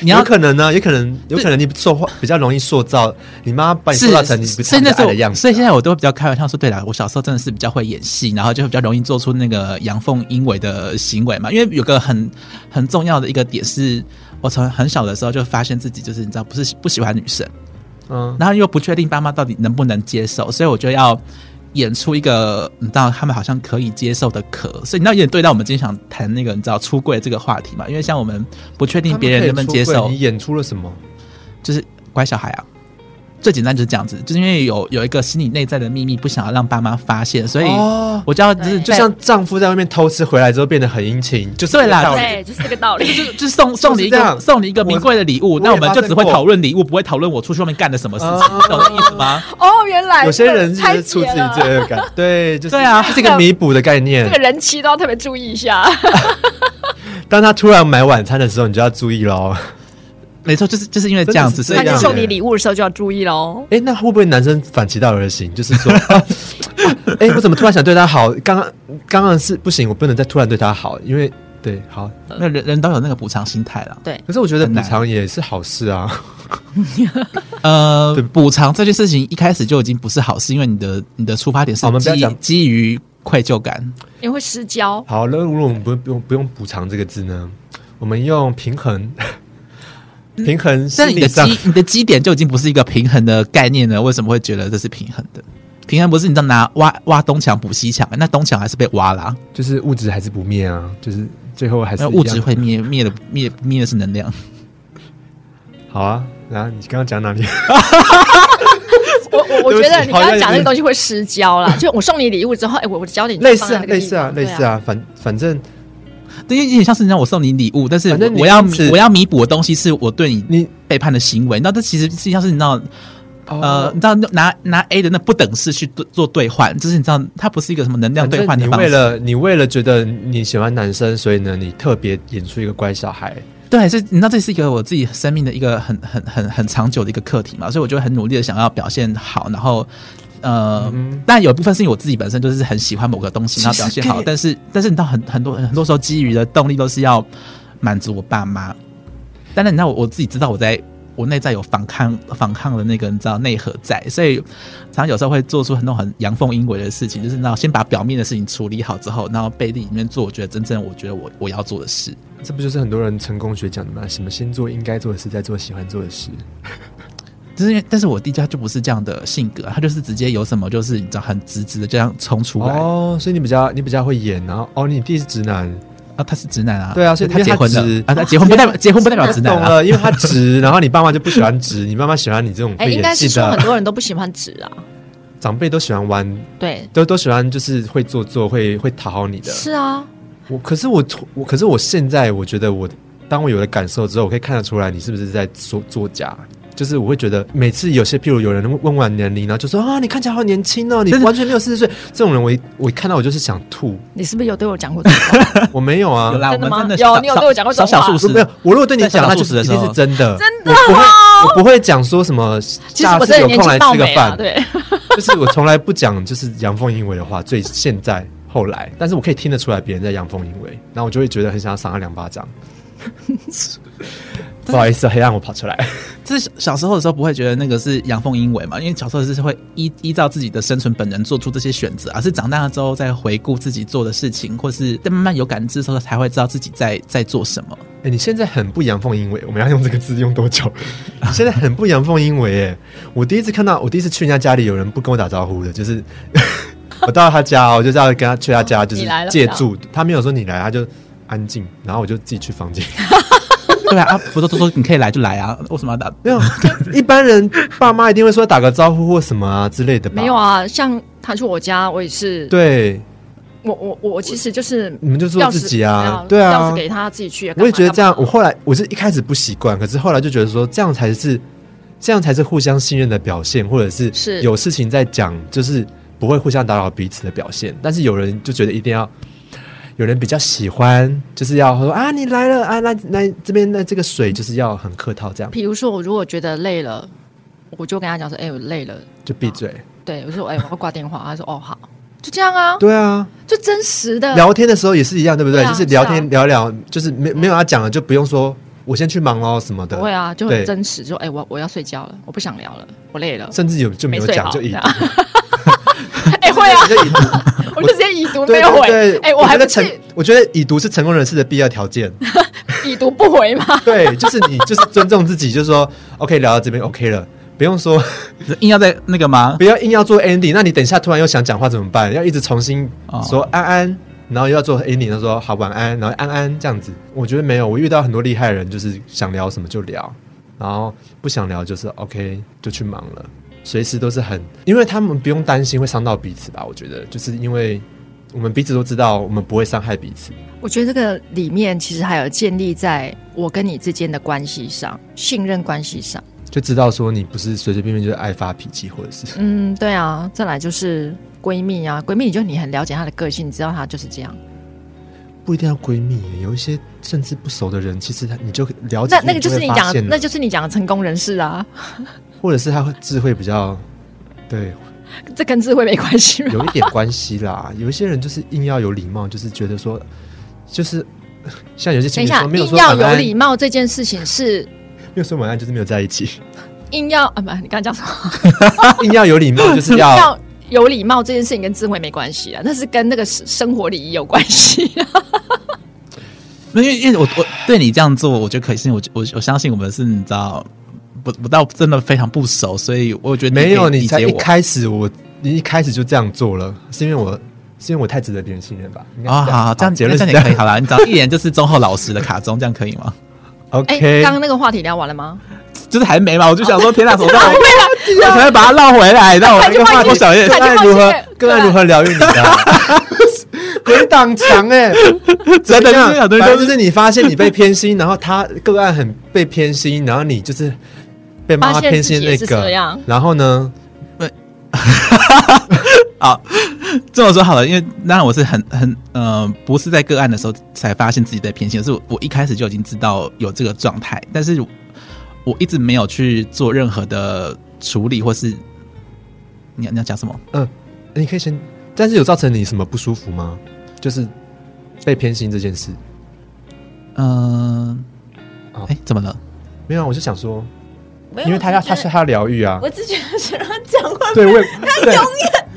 你要有可能呢，也可能有可能你塑化比较容易塑造，你妈把你塑造成你不所以那时爱候的样，子啊。所以现在我都比较开玩笑说，对了，我小时候真的是比较会演戏，然后就比较容易做出那个阳奉阴违的行为嘛。因为有个很很重要的一个点是，我从很小的时候就发现自己就是你知道不是不喜欢女生。嗯，然后又不确定爸妈到底能不能接受，所以我就要演出一个你知道他们好像可以接受的壳，所以你知道有点对到我们今天想谈那个你知道出柜这个话题嘛？因为像我们不确定别人能不能接他们可以出受柜你，演出了什么？就是乖小孩啊。最简单就是这样子，就是因为有有一个心理内在的秘密，不想要让爸妈发现，所以哦我就要就是就像丈夫在外面偷吃回来之后变得很殷勤，就是对啦这个道理对，就是这个 [laughs] 道理。就就是送送你一就是这个样送你一个名贵的礼物，我那我们就只会我也发生过讨论礼物，不会讨论我出去外面干了什么事情，哦你懂这意思吗？哦，原来有些人拆是解出自了于罪恶感，对，啊就是对啊这是一个弥补的概念这个。人妻都要特别注意一下。当他突然买晚餐的时候，你就要注意 [laughs] 喽。没错，就是就是因为这样子，真所的是以他这样就子送你礼物的时候就要注意喽。哎，那会不会男生反其道而行？就是 [laughs] 说，啊哎，我怎么突然想对他好？刚刚刚刚是不行，我不能再突然对他好，因为对好。那人人都有那个补偿心态了。对，可是我觉得很补难偿也是好事啊。 [laughs] 呃对，补偿这件事情一开始就已经不是好事，因为你的你的出发点哦是好我们不要基讲基于愧疚感。你会失焦，好，那如果我们不不用不用补偿这个字呢，我们用平衡， [laughs] 平衡心但你理的上基你的基点就已经不是一个平衡的概念了，为什么会觉得这是平衡的？平衡不是你知道拿挖挖东墙补西墙，那东墙还是被挖啦，就是物质还是不灭啊，就是最后还是那一物样质会灭灭的灭灭的是能量。好啊。然后你刚刚讲哪里？我我我觉对不得起你好像刚有刚讲那点个东西会失 [laughs] 焦啦。就我送你礼物之后，哎，我我教你类似放在啊，那个类地似啊，方类对似啊，反反正对，有点像是你让我送你礼物，但是反正你我要因此我要弥补的东西是我对你你背叛的行为。那这其实实际上是你知道呃，呃你，知道拿拿 A 的那不等式去做做兑换，就是你知道它不是一个什么能量反兑换正的你方式。为了你为了觉得你喜欢男生，所以呢，你特别演出一个乖小孩。对，是你知道这是一个我自己生命的一个很很很很长久的一个课题嘛，所以我就很努力的想要表现好，然后呃，嗯但有一部分是因为我自己本身就是很喜欢某个东西，然后表现好，但是但是你知道很很多很多时候基于的动力都是要满足我爸妈。但是你知道我我自己知道我在我内在有反抗反抗的那个你知道内核在，所以常常有时候会做出很多很阳奉阴违的事情，就是你知道先把表面的事情处理好之后，然后背地里面做我觉得真正我觉得我我要做的事。这不就是很多人成功学讲的吗？什么先做应该做的事，再做喜欢做的事。就是因为，但是我弟家就不是这样的性格，他就是直接有什么就是你知道很直直的这样冲出来。哦，所以你比较你比较会演，然后哦，你弟是直男，啊，他是直男啊，对啊所以他结婚因为了他啊，他结婚 [laughs] 不代表结婚不代表直男懂啊，了，因为他直，然后你爸妈就不喜欢直，你妈妈喜欢你这种哎、会应演该戏是说很的，多人都不喜欢纸啊，长辈都喜欢弯，对，都都喜欢就是会做作，会会讨好你的。是啊，我可是我我可是我现在我觉得我当我有了感受之后，我可以看得出来你是不是在作作假。就是我会觉得每次有些，譬如有人问问完年龄，然后就说啊，你看起来好年轻哦，你但是完全没有四十岁。这种人我一我一看到我就是想 [laughs] 吐。你是不是有对我讲 [laughs] 过这种话？我没有啊有，啦，我真的们吗真的有少你有对我讲过这少种少话数是哦没有。我如果对你在小讲，到那就肚子的一时定是候真的，真哦的。我不会，我不会讲说什么其实下我次真有的年空来轻貌吃个美啊，饭，对，就是我从来不讲就是阳奉阴违的话，最现在后来，但是我可以听得出来别人在阳奉阴违，然后我就会觉得很想要赏他两巴 [laughs] 掌。不好意思，黑暗我跑出来。这是小时候的时候不会觉得那个是阳奉阴违嘛，因为小时候是会依依照自己的生存本能做出这些选择，而啊是长大了之后再回顾自己做的事情，或是在慢慢有感知的时候才会知道自己在在做什么。哎、你现在很不阳奉阴违，我们要用这个字用多久？你现在很不阳奉阴违，哎，我第一次看到，我第一次去人家家里，有人不跟我打招呼的，就是 [laughs] 我到他家哦，我就是要跟他去他家，就是哦你来了借住，他没有说你来，他就安静，然后我就自己去房间。对啊，啊，不是都说你可以来就来啊，为什么要打？ [laughs] 没有，一般人爸妈一定会说打个招呼或什么啊之类的吧？没有，啊，像他去我家，我也是，对，我我我我其实就是你们就做钥匙自己啊要，对钥啊匙。给他自己去。干嘛我也觉得这样，干我嘛后来我是一开始不习惯，可是后来就觉得说这样才是，这样才是互相信任的表现，或者是是有事情在讲，就是不会互相打扰彼此的表现。但是有人就觉得一定要。有人比较喜欢，就是要说啊，你来了啊，来来这边的这个水就是要很客套，这样比如说我如果觉得累了，我就跟他讲说，哎、我累了，就闭嘴。对我说，哎、我要挂电话，他说，哦，好，就这样啊，对啊，就真实的，聊天的时候也是一样，对不对？嗯对啊就是聊是天啊聊聊，就是没没有要讲了，就不用说我先去忙喽什么的。不会啊，就对很真实，就哎、我我要睡觉了，我不想聊了，我累了，甚至有就没有没睡讲好就已读，哎、会啊，就已读，我就直接已读没对 [laughs] 有对对回，，哎、还觉不得是成，我觉得已读是成功人士的必要条件。已读不回吗？对，就是你就是尊重自己，就是说 OK 聊到这边 OK 了。不用说，硬要在那个吗？ [laughs] 不要硬要做 ending。那你等一下突然又想讲话怎么办？要一直重新哦说安安，然后又要做 ending，然后说好晚安，然后安安这样子。我觉得没有，我遇到很多厉害的人，就是想聊什么就聊，然后不想聊就是 OK 就去忙了，随时都是很，因为他们不用担心会伤到彼此吧？我觉得就是因为我们彼此都知道我们不会伤害彼此，我觉得这个里面其实还有建立在我跟你之间的关系上，信任关系上。就知道说你不是随随便便就是爱发脾气或者是。嗯，对啊，再来就是闺蜜啊，闺蜜你就你很了解她的个性，你知道她就是这样。不一定要闺蜜，有一些甚至不熟的人，其实他你就了解，那那个就是你就会发讲的，那现了就是你讲的成功人士啊，或者是他会智慧比较，对，这跟智慧没关系吗？有一点关系 [laughs] 啦。有一些人就是硬要有礼貌，就是觉得说，就是像有些情等一侣下，说没有硬说要晚有安，没礼貌这件事情是有说晚安就是没有在一起。硬要啊，不，你刚刚讲什么？硬要有礼貌就是要 [laughs] 要有礼貌这件事情跟智慧没关系啊，那是跟那个生活礼仪有关系、啊。那因为因为我我对你这样做，我觉得可以是因为我我我相信我们是你知道不不到真的非常不熟，所以我觉 [laughs] 得没有你你可以理才解一我开始我你一开始就这样做了，是因为我是因为我太值得别人信任吧？应该是哦，好好，这样结结论论是这样也可以，好啦，你只要一脸就是忠厚老实的卡中，这样可以吗？哎、 OK，刚刚那个话题聊完了吗？就是还没嘛，我就 [laughs] 想说，天哪，怎么办？我才会把它绕回来，让我那个话题小叶个案如何快去，个案如何疗愈你的？鬼挡墙哎，真怎么的真样的真的反正就是你发现你被偏心，然后他个案很被偏心，然后你就是被妈妈发现偏心自己也那是个这样，然后呢，这么说好了，因为当然我是很很呃，不是在个案的时候才发现自己在偏心，而是我我一开始就已经知道有这个状态，但是我一直没有去做任何的处理，或是你你要讲什么？呃你可以先，但是有造成你什么不舒服吗？就是被偏心这件事，嗯、哦哎、怎么了？没有啊，我是想说，没有因为他要他是他要疗愈啊，我只觉得想要讲话，对，我也对，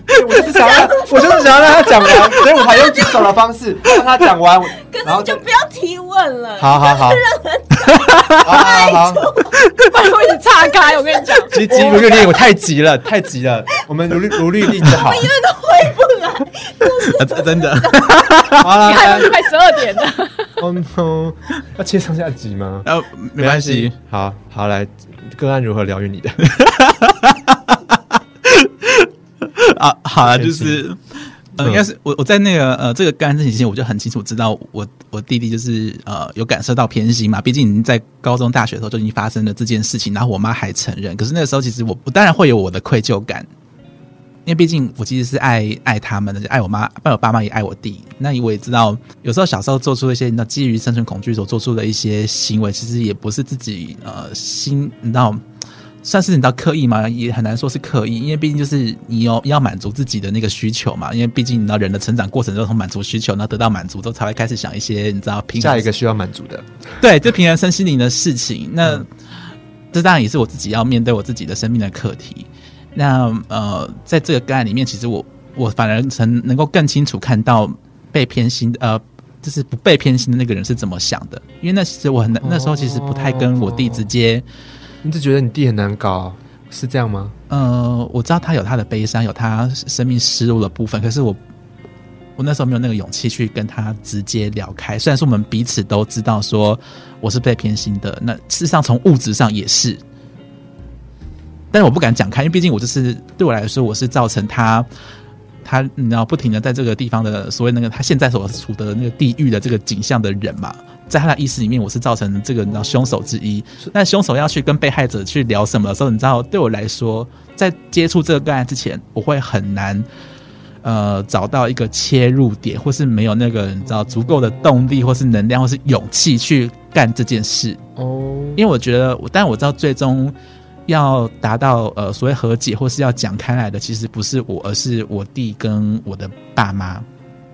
对 [laughs] 我就是想要，我就是想要让他讲完，所以我才用举手的方式让他讲完，可然是后你就不要提问了。好好好， [laughs] 好好好，不然会一直岔开。我跟你讲，急急如律令，我太急了，太急了，我们如律如律令就 [laughs] 好，呃真真的，好了，看快十二点了。嗯哼， [laughs] 要切上下集吗？然后呃没关系，，好好来，个案如何疗愈你的？啊，好了，没就关系是，呃，嗯应该是我我在那个呃这个个案之前，我就很清楚知道我我弟弟就是呃有感受到偏心嘛，毕竟已经在高中大学的时候就已经发生了这件事情，然后我妈还承认，可是那个时候其实我我当然会有我的愧疚感。因为毕竟我其实是爱爱他们的，就爱我妈，爱我爸妈也爱我弟。那我也知道，有时候小时候做出一些，你知道基于生存恐惧所做出的一些行为，其实也不是自己呃心，你知道算是你知道刻意吗？也很难说是刻意，因为毕竟就是你有要满足自己的那个需求嘛。因为毕竟你知道人的成长过程中从满足需求，然后得到满足之后，才会开始想一些你知道 [laughs] 平衡下一个需要满足的，对，就平衡身心灵的事情。那、这当然也是我自己要面对我自己的生命的课题。那呃，在这个个案里面，其实我我反而曾能够更清楚看到被偏心的呃，就是不被偏心的那个人是怎么想的。因为那其实我很难那时候其实不太跟我弟直接。你只觉得你弟很难搞，是这样吗？呃，我知道他有他的悲伤，有他生命失落的部分，可是我我那时候没有那个勇气去跟他直接聊开。虽然说我们彼此都知道说我是被偏心的，那事实上从物质上也是，但是我不敢讲开，因为毕竟我就是对我来说，我是造成他。他，你知道，不停的在这个地方的所谓那个他现在所处的那个地狱的这个景象的人嘛，在他的意识里面，我是造成这个你知道凶手之一。那凶手要去跟被害者去聊什么的时候，你知道，对我来说，在接触这个个案之前，我会很难呃找到一个切入点，或是没有那个你知道足够的动力，或是能量，或是勇气去干这件事。哦，因为我觉得，我但我知道最终要达到呃所谓和解或是要讲开来的，其实不是我，而是我弟跟我的爸妈。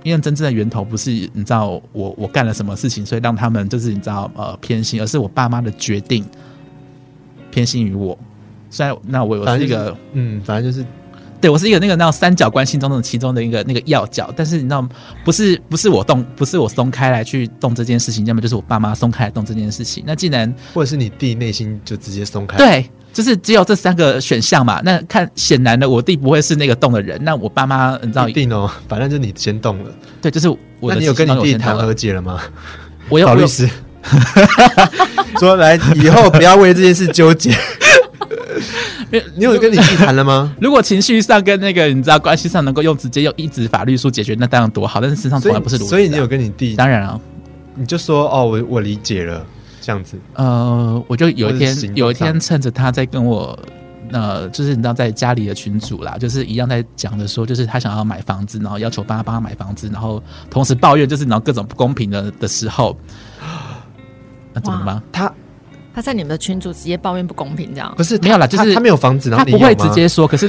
因为真正的源头不是你知道我我干了什么事情，所以让他们就是你知道呃偏心，而是我爸妈的决定偏心于我。虽然那我我反是正一就是个嗯，反正就是对我是一个那个那种三角关系中的其中的一个那个要角，但是你知道，不是不是我动，不是我松开来去动这件事情，要么就是我爸妈松开来动这件事情。那既然或者是你弟内心就直接松开，，对，就是只有这三个选项嘛，那看显然的，我弟不会是那个动的人，那我爸妈你知道一，定哦，反正就你先动了。对，就是我那的你有其跟中你有弟先谈到和了，解了吗？我有找哎我律有师， [laughs] 说来以后不要为这件事纠结。 [laughs] 没有你有跟你弟谈了 [laughs] 吗？如果情绪上跟那个你知道关系上能够用直接用一纸法律书解决，那当然多好，但是事实上所从以来不是如此、啊所以你有跟你弟，当然啊，你就说哦，我我理解了，这样子。呃，我就有一或者是行天动有一天上趁着他在跟我，呃，就是你知道在家里的群主啦，就是一样在讲的说，就是他想要买房子，然后要求爸爸帮他买房子，然后同时抱怨就是然后各种不公平的的时候，那、怎么了吗？他他在你们的群组直接抱怨不公平，这 [laughs] 样不是他没有啦就是他他没有房子，然后他你不会有吗直接说，可是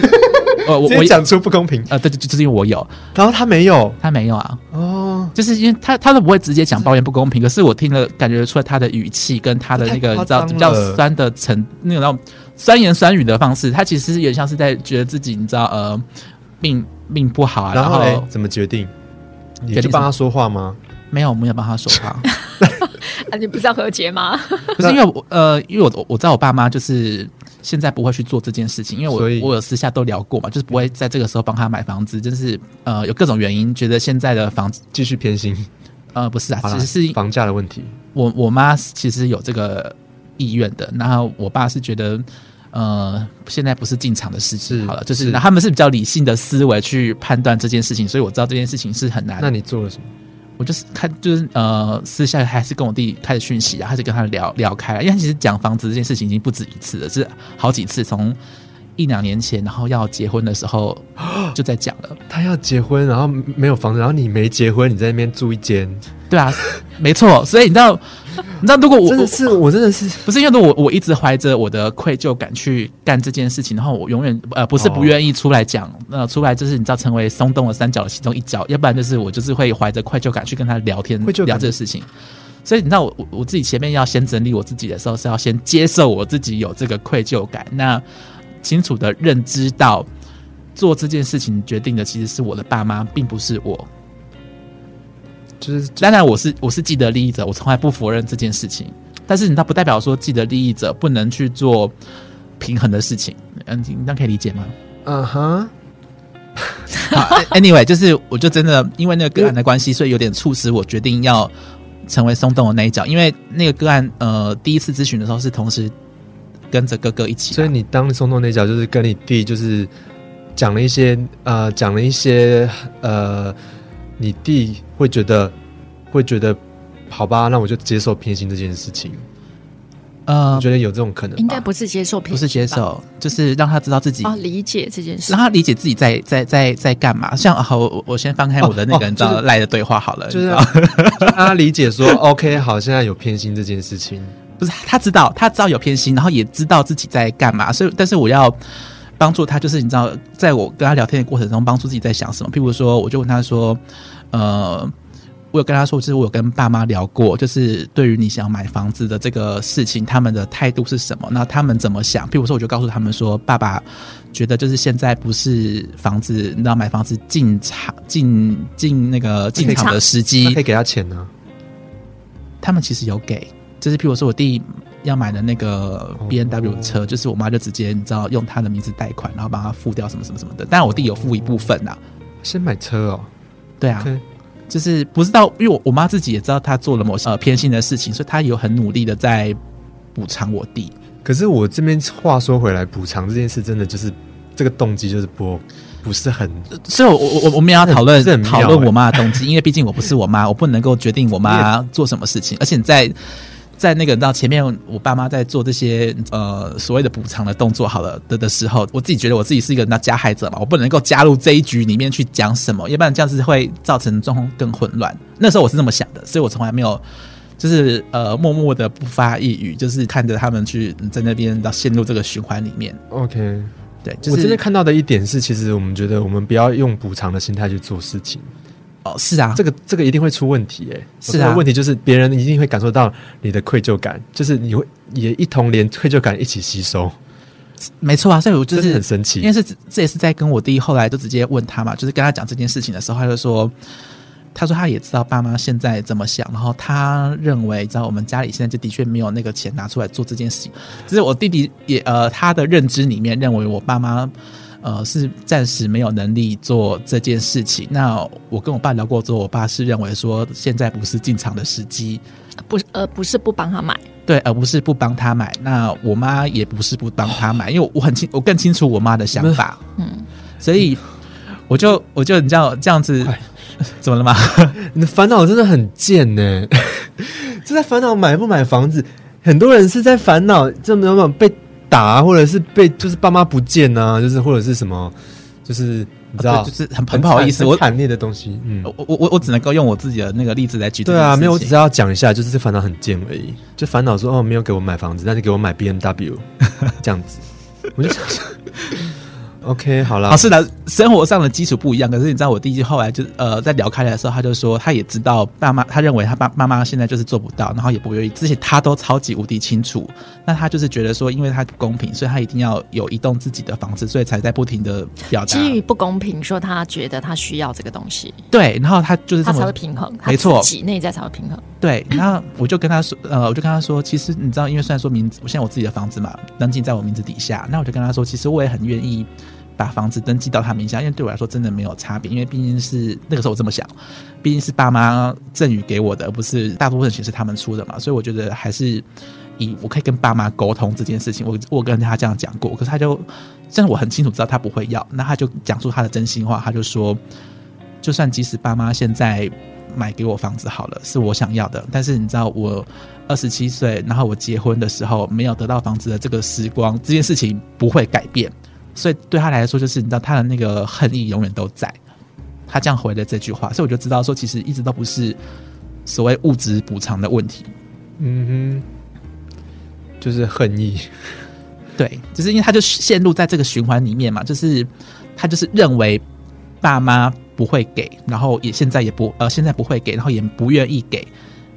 呃我直我接讲出不公平，呃对对，就是因为我有，然后他没有他没有啊，哦，就是因为他他都不会直接讲抱怨不公平，可是我听了感觉出来他的语气跟他的那个这太你知道夸张比较了酸的成那种酸言酸语的方式，他其实有点像是在觉得自己你知道呃命命不好啊，然然后后嘞怎么决定？你决就定什帮么他说话吗？没有没有帮他说 [laughs] 话，啊，你不是要和解吗？可是因为我呃因为我我我知道我爸妈就是。现在不会去做这件事情，因为所以我我有私下都聊过嘛，就是不会在这个时候帮他买房子，就是呃有各种原因，觉得现在的房子继续偏心，呃不是啊，好啦其实是房价的问题。我我妈其实有这个意愿的，那我爸是觉得，呃，现在不是进场的时机，是好了，就是是那他们是比较理性的思维去判断这件事情，所以我知道这件事情是很难。那你做了什么？我就是看，就是呃，私下还是跟我弟开始讯息啊，开始跟他聊聊开了，因为他其实讲房子这件事情已经不止一次了，是好几次，从一两年前，然后要结婚的时 [gasps] 候就在讲了。他要结婚，然后没有房子，然后你没结婚，你在那边住一间，对啊，没错。所以你知道，你知道，如果我真的是我真的是不是因为如果我我一直怀着我的愧疚感去干这件事情，然后我永远呃不是不愿意出来讲，哦呃出来就是你知道成为松动的三角的其中一角，要不然就是我就是会怀着愧疚感去跟他聊天愧疚感聊这个事情。所以你知道我我我自己前面要先整理我自己的时候，是要先接受我自己有这个愧疚感，那清楚的认知到做这件事情决定的其实是我的爸妈，并不是我。就是当然我是我是既得利益者，我从来不否认这件事情。但是你知道，不代表说既得利益者不能去做平衡的事情。嗯，你这样可以理解 [laughs] 吗？嗯哼，好，anyway，就是我就真的因为那个个案的关系，所以有点促使我决定要成为松动的那一角。因为那个个案，呃，第一次咨询的时候是同时跟着哥哥一起嘛，所以你当松动那脚就是跟你弟就是讲了一些呃讲了一些呃，你弟会觉得会觉得好吧，那我就接受偏心这件事情，我呃，觉得有这种可能吧，应该不是接受偏不是接受，啊就是让他知道自己哦，理解这件事让。他理解自己在在在在干嘛。像好，我我先翻开我的那哦个哦你知道就是赖的对话好了，就是你知 [laughs] 让道让他理解说 OK，好，现在有偏心这件事情，不是他知道，他知道有偏心，然后也知道自己在干嘛，所以但是我要帮助他，就是你知道，在我跟他聊天的过程中，帮助自己在想什么。譬如说，我就问他说，呃，我有跟他说，就是我有跟爸妈聊过，就是对于你想买房子的这个事情，他们的态度是什么？那他们怎么想？譬如说，我就告诉他们说，爸爸觉得就是现在不是房子，你知道买房子进场进进那个进场的时机那，可以给他钱啊呢、他们其实有给，就是譬如说我弟要买的那个哦 B N W 车，就是我妈就直接你知道用他的名字贷款，然后帮他付掉什么什么什么的。但我弟有付一部分呐、先买车哦对啊， ，OK，就是不知道，因为我我妈自己也知道他做了某些呃偏心的事情，所以她有很努力的在补偿我弟。可是我这边话说回来，补偿这件事真的就是这个动机就是不不是很呃所以我，我我我们也要讨论这很妙讨论欸我妈的动机，因为毕竟我不是我妈，我不能够决定我 [laughs] 妈做什么事情。而且你在在那个到前面，我爸妈在做这些呃所谓的补偿的动作，好了的的时候，我自己觉得我自己是一个那加害者嘛，我不能够加入这一局里面去讲什么，要不然这样子会造成状况更混乱。那时候我是这么想的，所以我从来没有。就是呃，默默的不发一语，就是看着他们去嗯在那边到陷入这个循环里面。 OK。对，就是我这边看到的一点是，其实我们觉得我们不要用补偿的心态去做事情，哦，是啊，这个这个一定会出问题哎、是啊我说的问题就是别人一定会感受到你的愧疚感，就是你会也一同连愧疚感一起吸收，没错啊，所以我就真是的很神奇因为是这也是在跟我弟后来就直接问他嘛，就是跟他讲这件事情的时候，他就说，他说他也知道爸妈现在怎么想，然后他认为，知道我们家里现在就的确没有那个钱拿出来做这件事情，就是我弟弟也呃他的认知里面认为我爸妈。呃，是暂时没有能力做这件事情。那我跟我爸聊过之后，我爸是认为说现在不是进场的时机，不是呃不是不帮他买，对，而不是不帮他买。那我妈也不是不帮他买，因为我很清，我更清楚我妈的想 [laughs] 法，嗯，所以我就我就你知道这样子快， [laughs] 怎么了吗？你的烦恼真的很贱呢、 [laughs] 就在烦恼买不买房子，很多人是在烦恼这么种被打、或者是被就是爸妈不见啊，就是或者是什么，就是你知道，啊对就是很很不好意思，惨我很惨烈的东西，嗯。我我我我只能够用我自己的那个例子来举这对件事情。啊，没有，我只是要讲一下，就是这烦恼很贱而已，就烦恼说哦，没有给我买房子，但是给我买 B M [laughs] W 这样子，我就想说，OK，好啦好，，是的，生活上的基础不一样。可是你知道，我弟弟后来就呃，在聊开来的时候，他就说，他也知道爸妈，他认为他爸妈妈现在就是做不到，然后也不愿意，这些他都超级无敌清楚。那他就是觉得说，因为他不公平，所以他一定要有一栋自己的房子，所以才在不停的表达。基于不公平，说他觉得他需要这个东西，对，然后他就是这他才会么平衡，他没错自己内在才会平衡。对。那我就跟他说，呃，我就跟他说，其实你知道，因为虽然说名字，我现在我自己的房子嘛，登记在我名字底下，那我就跟他说，其实我也很愿意。把房子登记到他名下，因为对我来说真的没有差别，因为毕竟是那个时候我这么想，毕竟是爸妈赠予给我的，而不是大部分钱是他们出的嘛，所以我觉得还是以我可以跟爸妈沟通这件事情，我我跟他这样讲过，可是他就虽然我很清楚知道他不会要，那他就讲出他的真心话，他就说，就算即使爸妈现在买给我房子好了，是我想要的，但是你知道我二十七岁，然后我结婚的时候没有得到房子的这个时光，这件事情不会改变，所以对他来说就是你知道他的那个恨意永远都在。他这样回了这句话，所以我就知道说，其实一直都不是所谓物质补偿的问题，嗯哼，就是恨意，对，就是因为他就陷入在这个循环里面嘛，就是他就是认为爸妈不会给，然后也现在也不呃现在不会给，然后也不愿意给。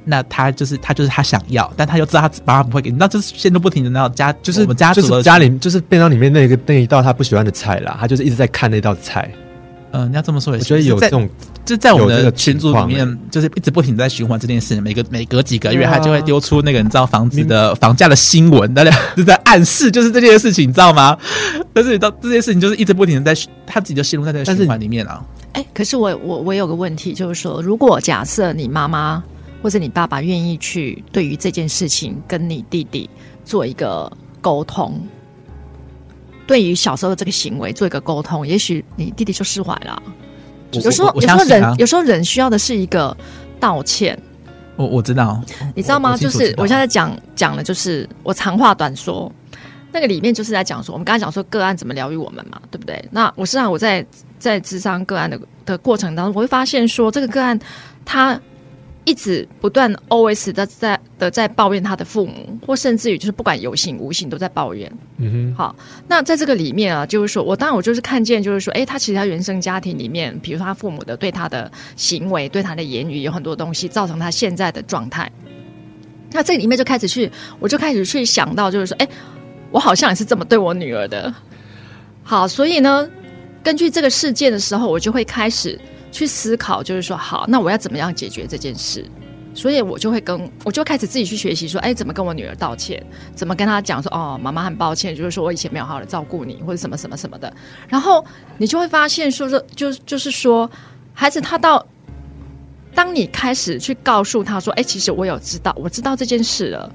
那他就是他就是他想要，但他又知道他爸妈不会给，那就是陷入不停的那种家就是我们家就族是的家里就是便当里面那个那一道他不喜欢的菜啦，他就是一直在看那道菜。嗯、你要这么说也我是，觉得有就是在这种就在我有们这的个群情组里况欸面，就是一直不停地在循环这件事。每个每隔几个月，对啊他就会丢出那个你知道房子的房价的新闻，大家就在暗示就是这件事情，你知道吗？但是你知道这件事情就是一直不停的在他自己就陷入在这个但是循环里面啊。哎、可是我我我有个问题，就是说，如果假设你妈妈或者你爸爸愿意去对于这件事情跟你弟弟做一个沟通，对于小时候的这个行为做一个沟通，也许你弟弟就释怀了。我有时候我我有时候相信啊人有时候人需要的是一个道歉，我我知道，你知道吗？我就清楚知是道我现在讲讲的就是我长话短说，那个里面就是在讲说，我们刚才讲说个案怎么疗愈我们嘛，对不对？那我实际上我在在智商个案的的过程当中，我会发现说，这个个案他一直不断 always 的在的在抱怨他的父母，或甚至于就是不管有形无形都在抱怨。嗯好，那在这个里面啊，就是说我当然我就是看见，就是说，诶，他其实他原生家庭里面，比如说他父母的对他的行为、对他的言语有很多东西，造成他现在的状态。那这里面就开始去，我就开始去想到，就是说，诶，我好像也是这么对我女儿的。好，所以呢，根据这个事件的时候，我就会开始去思考，就是说，好，那我要怎么样解决这件事？所以我就会跟我就开始自己去学习，说，诶，哎怎么跟我女儿道歉？怎么跟他讲说哦，妈妈很抱歉，就是说我以前没有好好的照顾你，或者什么什么什么的。然后你就会发现说说，就是就是说，孩子他到，当你开始去告诉他说，哎，其实我有知道，我知道这件事了，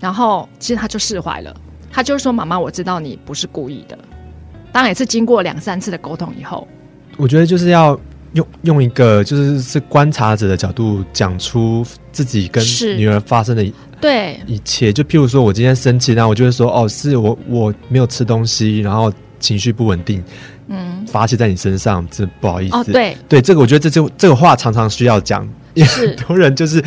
然后其实他就释怀了，他就是说，妈妈，我知道你不是故意的。当然也是经过两三次的沟通以后，哼，我觉得就是要用用一个就是是观察者的角度讲出自己跟是女儿发生的对，一切。就譬如说我今天生气，那我就会说哦，是我我没有吃东西，然后情绪不稳定，嗯，发泄在你身上，真的不好意思。哦，对，对，这个我觉得这就这个话常常需要讲， [laughs] 因为是很多人就是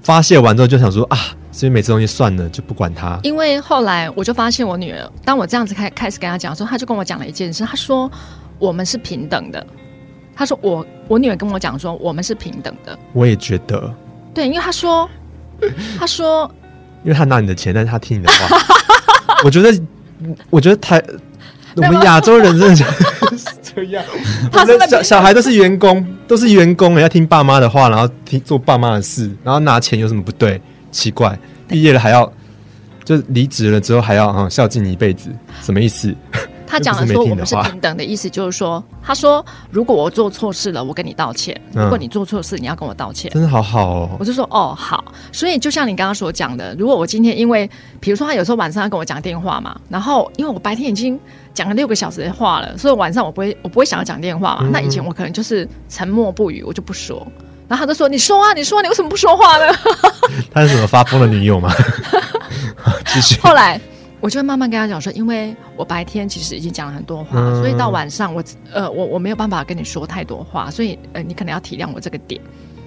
发泄完之后就想说啊，所以每次东西算了，就不管它。因为后来我就发现，我女儿当我这样子开开始跟她讲的时候，她就跟我讲了一件事，她说我们是平等的。她说我我女儿跟我讲说我们是平等的，我也觉得，对，因为她说她说因为他拿你的钱，但是他听你的话， [laughs] 我觉得，我觉得台我们亚洲人真 [laughs] 的是是这样，他我是们的在小小孩都是员工，都是员工，要听爸妈的话，然后听做爸妈的事，然后拿钱有什么不对？奇怪，毕业了还要。就是离职了之后还要啊、嗯孝敬你一辈子，什么意思？她讲了又不是没听说我你们的是话平等的意思就是说，她说如果我做错事了，我跟你道歉；嗯如果你做错事，你要跟我道歉。真的好好哦我，就说哦好，所以就像你刚刚所讲的，如果我今天因为，比如说他有时候晚上要跟我讲电话嘛，然后因为我白天已经讲了六个小时的话了，所以晚上我不会我不会想要讲电话嘛。嗯那以前我可能就是沉默不语，我就不说。然后他就说：“你说啊，你说啊、你为什么不说话呢 [laughs] 他是什么发疯的女友吗？继续？”后来我就会慢慢跟他讲说：“因为我白天其实已经讲了很多话，嗯所以到晚上我呃我我没有办法跟你说太多话，所以呃你可能要体谅我这个点。”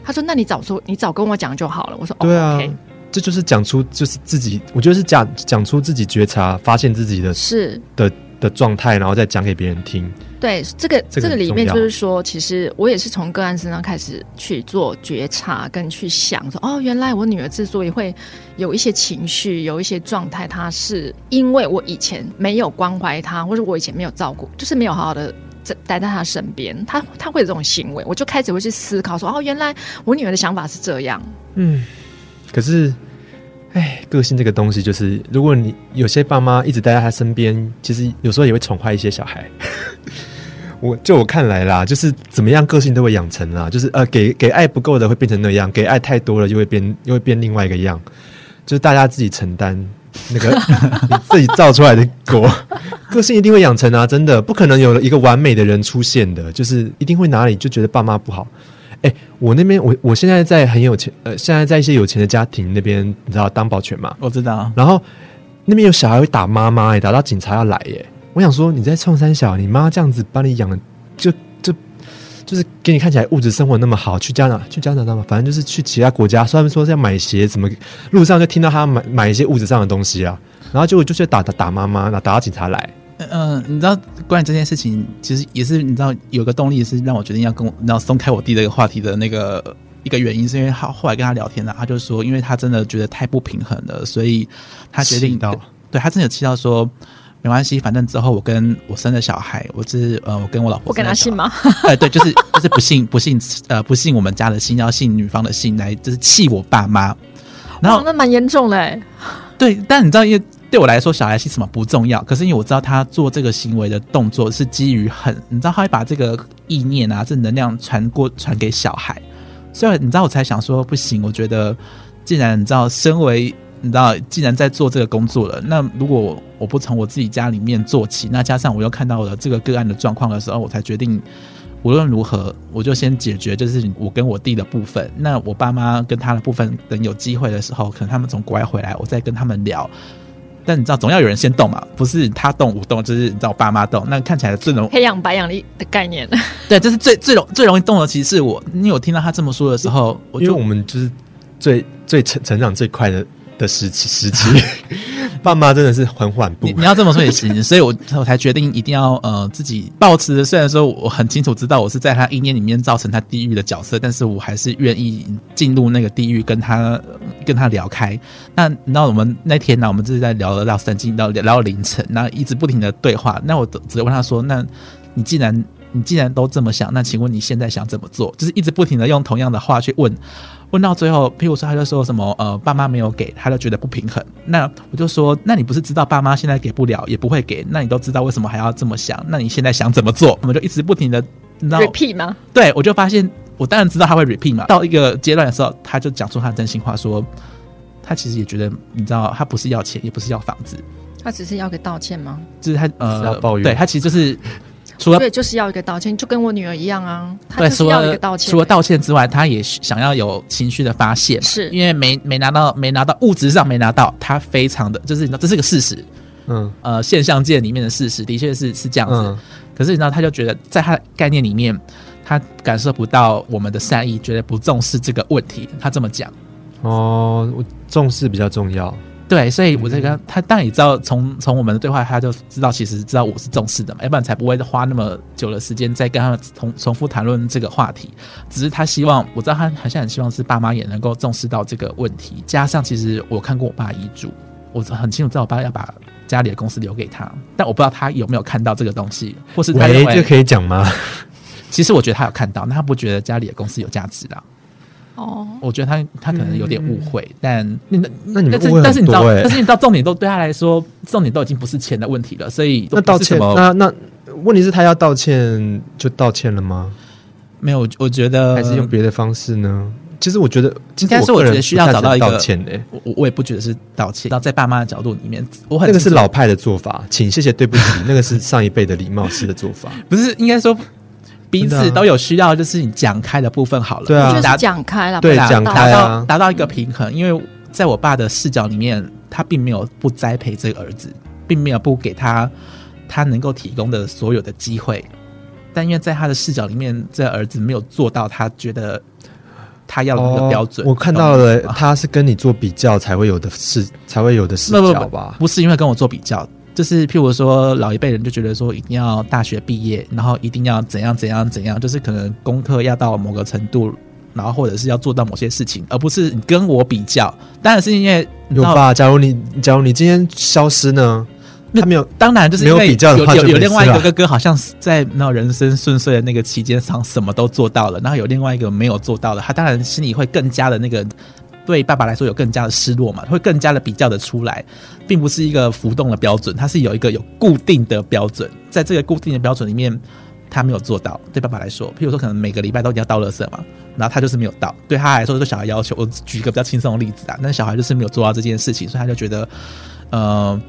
他说：“那你早说，你早跟我讲就好了。”我说：“对哦啊、 ，OK，这就是讲出就是自己，我觉得是讲讲出自己觉察、发现自己的是。”的的状态，然后再讲给别人听。对，这个这这个个很里重面要就是说，其实我也是从个案身上开始去做觉察，跟去想说，哦，原来我女儿之所以会有一些情绪，有一些状态，她是因为我以前没有关怀她，或者我以前没有照顾，就是没有好好的。待在她身边，她她会有这种行为，我就开始会去思考说，哦，原来我女儿的想法是这样，可是，哎，个性这个东西，就是如果你有些爸妈一直待在他身边，其实有时候也会宠坏一些小孩。 [laughs] 我就我看来啦，就是怎么样个性都会养成啦，就是呃，给给爱不够的会变成那样，给爱太多了就会变又会变另外一个样，就是大家自己承担那个你自己造出来的果，个性一定会养成啊，真的不可能有一个完美的人出现的，就是一定会哪里就觉得爸妈不好，哎、我那边我我现在在很有钱，呃，现在在一些有钱的家庭那边，你知道当保全嘛？我知道，然后那边有小孩会打妈妈、哎，打到警察要来耶、我想说你在冲三小，你妈这样子把你养的，就就就是给你看起来物质生活那么好，去加拿去加拿大嘛，反正就是去其他国家，虽然说是要买鞋，怎么路上就听到他买买一些物质上的东西啊，然后结果就去打打打妈妈，打打到警察来。嗯，你知道关于这件事情，其实也是你知道有个动力是让我决定要跟我，然后松开我弟这个话题的那个一个原因，是因为他后来跟他聊天了、他就说，因为他真的觉得太不平衡了，所以他决气定到对他真的有气到说。没关系，反正之后呃我跟我生了小孩，我是呃，我跟我老婆我生跟他了小孩姓吗？哎， [laughs] 对，就是就是不信不信呃不信我们家的信，要信女方的信来，就是气我爸哦妈。然 [laughs] 哦哇后，那蛮严重的欸，对，但你知道，因为对我来说，小孩是什么不重要，可是因为我知道他做这个行为的动作是基于很，你知道，他会把这个意念啊，这能量传过传给小孩，所以你知道，我才想说不行，我觉得既然你知道，身为你知道，既然在做这个工作了，那如果我不从我自己家里面做起，那加上我又看到了这个个案的状况的时候，我才决定。无论如何，我就先解决，就是我跟我弟的部分。那我爸妈跟他的部分，等有机会的时候，可能他们从国外回来，我再跟他们聊。但你知道，总要有人先动嘛，不是他动我动，就是你知道我爸妈动。那看起来最容黑养白养的的概念。对，这是最最容最容易动的，其实是我。因为我听到他这么说的时候，我因为就我们就是最最成成长最快的的时期时期， [laughs] 爸妈真的是很缓步你。你要这么说也行，所以我我才决定一定要呃自己保持。虽然说我很清楚知道我是在他意念里面造成他地狱的角色，但是我还是愿意进入那个地狱，跟他呃跟他聊开。那那我们那天呢、我们就是在聊到三更到聊到凌晨，那一直不停的对话。那我只问他说：“那你既然你既然都这么想，那请问你现在想怎么做？”就是一直不停的用同样的话去问，问到最后，譬如说他就说什么呃爸妈没有给，他就觉得不平衡。那我就说，那你不是知道爸妈现在给不了，也不会给，那你都知道为什么还要这么想？那你现在想怎么做？我们就一直不停的，你知道 repeat 吗？对我就发现，我当然知道他会 repeat 嘛。到一个阶段的时候，他就讲出他的真心话说，他其实也觉得，你知道，他不是要钱，也不是要房子，他只是要个道歉吗？就是他呃，是要抱怨对他其实 [laughs] 就是除了对，就是要一个道歉，就跟我女儿一样啊，她对，就是除要一了个道歉。除了道歉之外，他也想要有情绪的发泄嘛，是因为没没拿到，没拿到物质上没拿到，他非常的就是你知道这是个事实，嗯呃，现象界里面的事实的确是是这样子。嗯，可是你知道，他就觉得在他的概念里面，他感受不到我们的善意，觉得不重视这个问题。他这么讲，哦，我重视比较重要。对，所以我这嗯个他当然也知道，从从我们的对话，他就知道其实知道我是重视的嘛，要不然才不会花那么久的时间再跟他们重重复谈论这个话题。只是他希望，我知道他好像很希望是爸妈也能够重视到这个问题。加上其实我看过我爸遗嘱，我很清楚知道我爸要把家里的公司留给他，但我不知道他有没有看到这个东西，或是他认喂，这为可以讲吗？其实我觉得他有看到，那他不觉得家里的公司有价值啦。哦，我觉得他他可能有点误会，但那那你们但是误会但是你很知道，多欸但是你知道重点都对他来说，重点都已经不是钱的问题了，所以那道歉，都不是什么那那问题是他要道歉就道歉了吗？没有，我我觉得还是用别的方式呢？其实我觉得，其呃实应该是我个我觉人得需要不太找到一能个道歉诶、欸我我我也不觉得是道歉。到在爸妈的角度里面，我很那个是清楚老派的做法，请谢谢对不起，那个是上一辈的礼貌式的做法。不是应该说彼真的此啊都有需要，就是你讲开的部分好了，对啊就达是讲开了，对不然讲道开达啊到达到一个平衡，因为在我爸的视角里面，他并没有不栽培这个儿子，并没有不给他他能够提供的所有的机会，但因为在他的视角里面，这儿子没有做到他觉得他要的那个标准。哦我看到了，懂吗他是跟你做比较才会有的视，才会有的视不角不不吧，？不是因为跟我做比较。就是譬如说，老一辈人就觉得说，一定要大学毕业，然后一定要怎样怎样怎样，就是可能功课要到某个程度，然后或者是要做到某些事情，而不是你跟我比较。当然是因为你知有道吧？假如你假如你今天消失呢？那他没有，当然，就是因为没有比较的话有就有没事啊有另外一啦个哥哥，好像是在那人生顺遂的那个期间上，什么都做到了，然后有另外一个没有做到的，他当然心里会更加的那个，对爸爸来说有更加的失落嘛，会更加的比较的出来，并不是一个浮动的标准，它是有一个有固定的标准，在这个固定的标准里面，他没有做到，对爸爸来说，譬如说可能每个礼拜都一定要倒垃圾嘛，然后他就是没有到，对他来说是小孩要求。我举一个比较轻松的例子啊，那小孩就是没有做到这件事情，所以他就觉得，呃，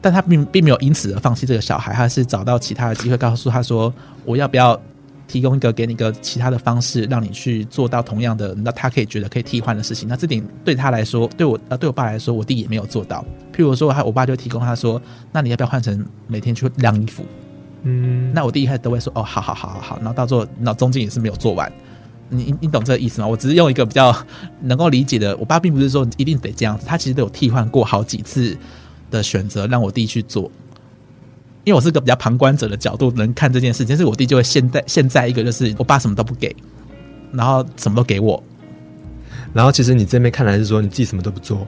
但他并并没有因此而放弃这个小孩，他是找到其他的机会，告诉他说，我要不要提供一个给你一个其他的方式，让你去做到同样的，那他可以觉得可以替换的事情。那这点对他来说，对我呃对我爸来说，我弟也没有做到。譬如说，他我爸就提供他说，那你要不要换成每天去晾衣服？嗯，那我第一开始都会说哦，好好好好好，然后到做，然后中间也是没有做完。你你你懂这个意思吗？我只是用一个比较能够理解的，我爸并不是说一定得这样子，他其实都有替换过好几次的选择让我弟去做。因为我是个比较旁观者的角度能看这件事情，但是我弟就会现在现在一个就是我爸什么都不给，然后什么都给我，然后其实你这边看来是说你自己什么都不做，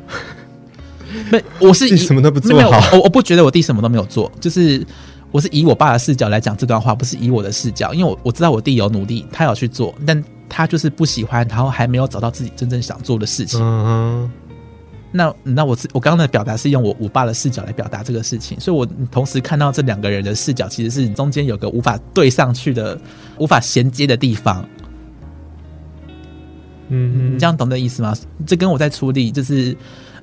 没，我是自己以什么都不做没有，好我我不觉得我弟什么都没有做，就是我是以我爸的视角来讲这段话，不是以我的视角，因为我我知道我弟有努力，他有去做，但他就是不喜欢，然后还没有找到自己真正想做的事情。嗯哼，那那我是我刚刚的表达是用我我爸的视角来表达这个事情，所以我同时看到这两个人的视角，其实是中间有个无法对上去的、无法衔接的地方。嗯你这样懂的意思吗？这跟我在处理就是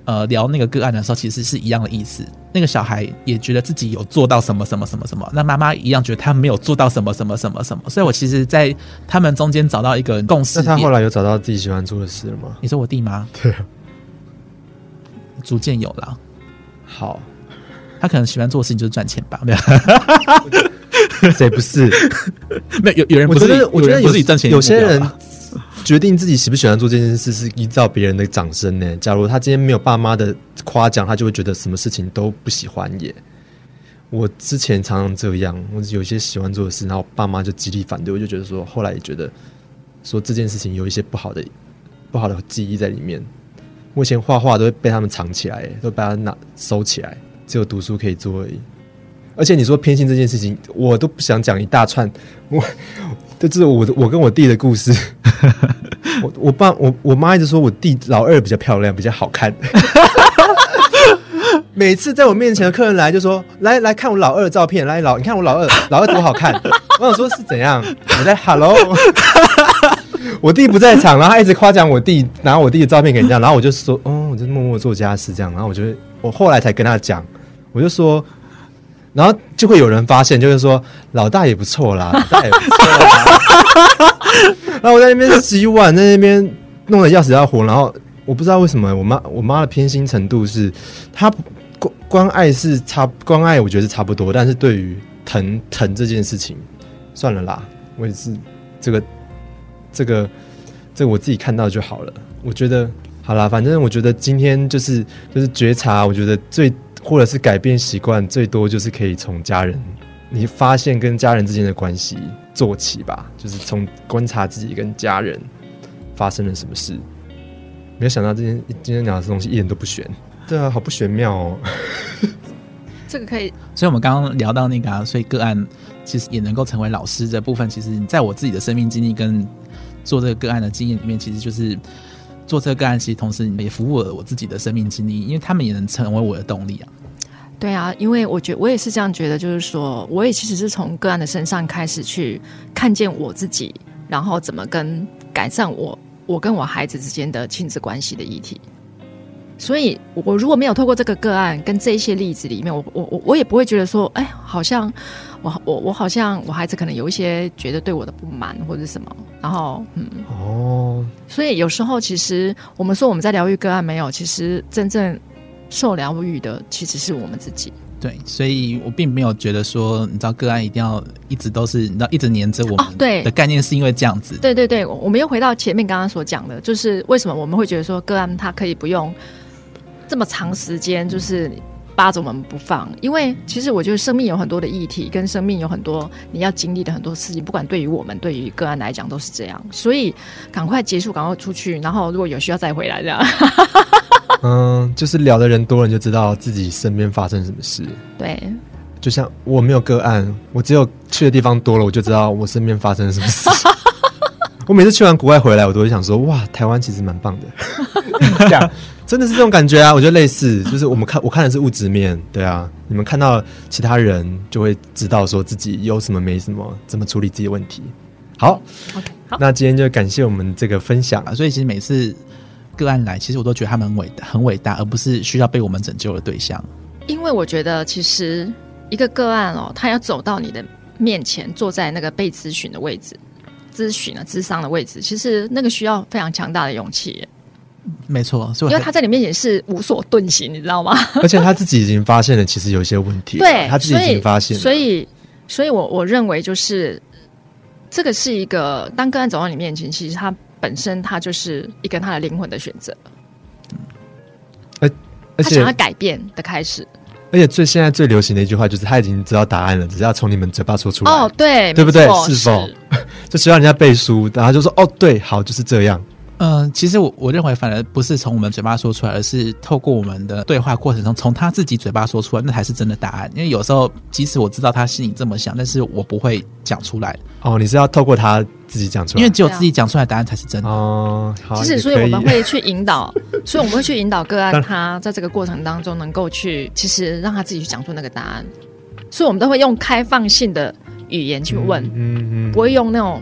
呃聊那个个案的时候，其实是一样的意思。那个小孩也觉得自己有做到什么什么什么什么，那妈妈一样觉得他没有做到什么什么什么什么。所以我其实，在他们中间找到一个共识那点。他后来有找到自己喜欢做的事了吗？你说我弟吗？对啊，逐渐有了，好，他可能喜欢做的事情就是赚钱吧？没有，谁不是？没有，有有人我不觉是得，我觉得有人有不是以赚钱为有目标些吧人决定自己喜不喜欢做这件事，是依照别人的掌声呢。假如他今天没有爸妈的夸奖，他就会觉得什么事情都不喜欢耶。我之前常常这样，我有一些喜欢做的事，然后爸妈就极力反对，我就觉得说，后来也觉得说这件事情有一些不好的不好的记忆在里面。我以前画画都会被他们藏起来，都被他拿收起来，只有读书可以做而已。而且你说偏心这件事情，我都不想讲一大串，我这是我的我跟我弟的故事。我我爸我我妈一直说我弟老二比较漂亮，比较好看。每次在我面前的客人来就说：“来来看我老二的照片，来老你看我老二，老二多好看。”我想说是怎样？我在 Hello，我弟不在场，然后他一直夸奖我弟，拿我弟的照片给人家，然后我就说：“哦，我就默默做家事这样。”然后我就我后来才跟他讲，我就说，然后就会有人发现，就是说老大也不错啦，老大也不错啦。然后我在那边洗碗，在那边弄得要死要活，然后我不知道为什么我妈我妈的偏心程度是，她关关爱是差关爱，我觉得是差不多，但是对于疼疼这件事情，算了啦，我也是这个这个这个我自己看到就好了。我觉得好啦，反正我觉得今天就是就是觉察，我觉得最或者是改变习惯，最多就是可以从家人你发现跟家人之间的关系做起吧，就是从观察自己跟家人发生了什么事。没有想到今天今天聊的东西一点都不玄，对啊，好不玄妙哦。这个可以所以我们刚刚聊到那个、啊，所以个案其实也能够成为老师这部分，其实你在我自己的生命经历跟做这个个案的经验里面，其实就是做这个个案，其实同时也服务了我自己的生命经历，因为他们也能成为我的动力啊。对啊，因为我觉我也是这样觉得，就是说，我也其实是从个案的身上开始去看见我自己，然后怎么跟改善我我跟我孩子之间的亲子关系的议题。所以，我我如果没有透过这个个案跟这一些例子里面，我我我我也不会觉得说，哎，好像我我我好像我孩子可能有一些觉得对我的不满或者什么，然后嗯， [laughs] 哦，所以有时候其实我们说我们在疗愈个案没有，其实真正受疗愈的其实是我们自己。对，所以我并没有觉得说，你知道个案一定要一直都是，你知道一直黏着我哦们对的概念，是因为这样子。对对对，我我们又回到前面刚刚所讲的，就是为什么我们会觉得说个案它可以不用这么长时间，就是扒着我们不放，因为其实我觉得生命有很多的议题，跟生命有很多你要经历的很多事情，不管对于我们对于个案来讲都是这样，所以赶快结束，赶快出去，然后如果有需要再回来这样。嗯，就是聊的人多了，你就知道自己身边发生什么事。对，就像我没有个案，我只有去的地方多了，我就知道我身边发生了什么事。我每次去完国外回来，我都会想说，哇，台湾其实蛮棒的，这样真的是这种感觉啊！我觉得类似，就是我们看我看的是物质面，对啊，你们看到其他人就会知道说自己有什么没什么，怎么处理自己的问题。好 OK，好那今天就感谢我们这个分享，啊，所以其实每次个案来，其实我都觉得他们很伟大，很伟大，而不是需要被我们拯救的对象。因为我觉得其实一个个案哦，他要走到你的面前，坐在那个被咨询的位置，咨询啊、咨商的位置，其实那个需要非常强大的勇气耶。没错，所以因我为他在你面前是无所 [laughs] 遁形，你知道吗？而且他自己已经发现了，其实有一些问题了，对，他自己已经发现了，所以所以所以我我认为就是这个是一个当个案走到你面前，其实它本身它就是一个他的灵魂的选择，而他想且要改变的开始。而且最现在最流行的一句话就是他已经知道答案了，只是要从你们嘴巴说出来，哦，对，对不对没错是否 [laughs] 就希望人家背书，然后就说哦对，好就是这样。嗯，其实我我认为，反而不是从我们嘴巴说出来，而是透过我们的对话过程中，从他自己嘴巴说出来，那才是真的答案。因为有时候，即使我知道他心里这么想，但是我不会讲出来，哦，你是要透过他自己讲出因来，为只有自己讲出来，答案才是真的。哦，好，其实，也所以可我们会去 [laughs] 引导，所以我们会去引导个案，他在这个过程当中能够去，其实让他自己去讲出那个答案。所以，我们都会用开放性的语言去问，嗯嗯，不会用那种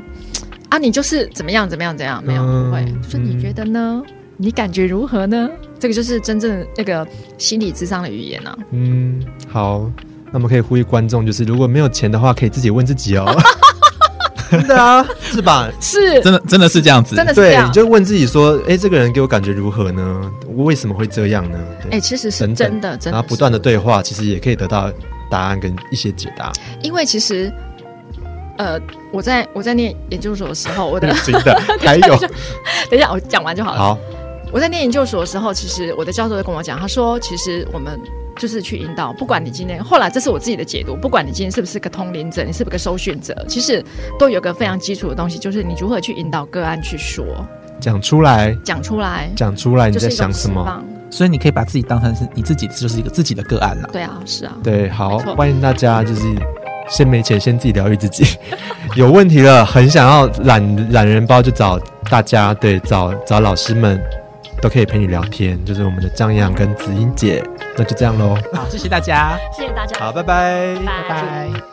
啊，你就是怎么样怎么样怎么样，没有，嗯不会，就是你觉得呢？你感觉如何呢？这个就是真正那个心理智商的语言啊。嗯，好，那我们可以呼吁观众，就是如果没有钱的话，可以自己问自己 [laughs] 哦。真的啊，是吧？是真的啊真的是这样子，真的是这对，样你。就问自己说，哎、这个人给我感觉如何呢？我为什么会这样呢？对哎、其实是等等真的，然真的后是不断的对话，其实也可以得到答案跟一些解答。因为其实，呃，我在我在念研究所的时候，我的真 [laughs] 的，还有等一下我讲完就好了。好，我在念研究所的时候，其实我的教授就跟我讲，他说，其实我们就是去引导，不管你今天，后来这是我自己的解读，不管你今天是不是个通灵者，你是不是个收讯者，其实都有个非常基础的东西，就是你如何去引导个案去说，讲出来，讲出来，讲出来你就在是一种想什释么？放。所以你可以把自己当成是你自己，就是一个自己的个案啦。对啊，是啊，对，好，没错欢迎大家就是先没钱，先自己疗愈自己。有问题了，很想要懒懒人包，就找大家，对，找找老师们都可以陪你聊天，就是我们的张扬跟子英姐。那就这样喽，好，谢谢大家，谢谢大家，好，拜拜。拜拜拜。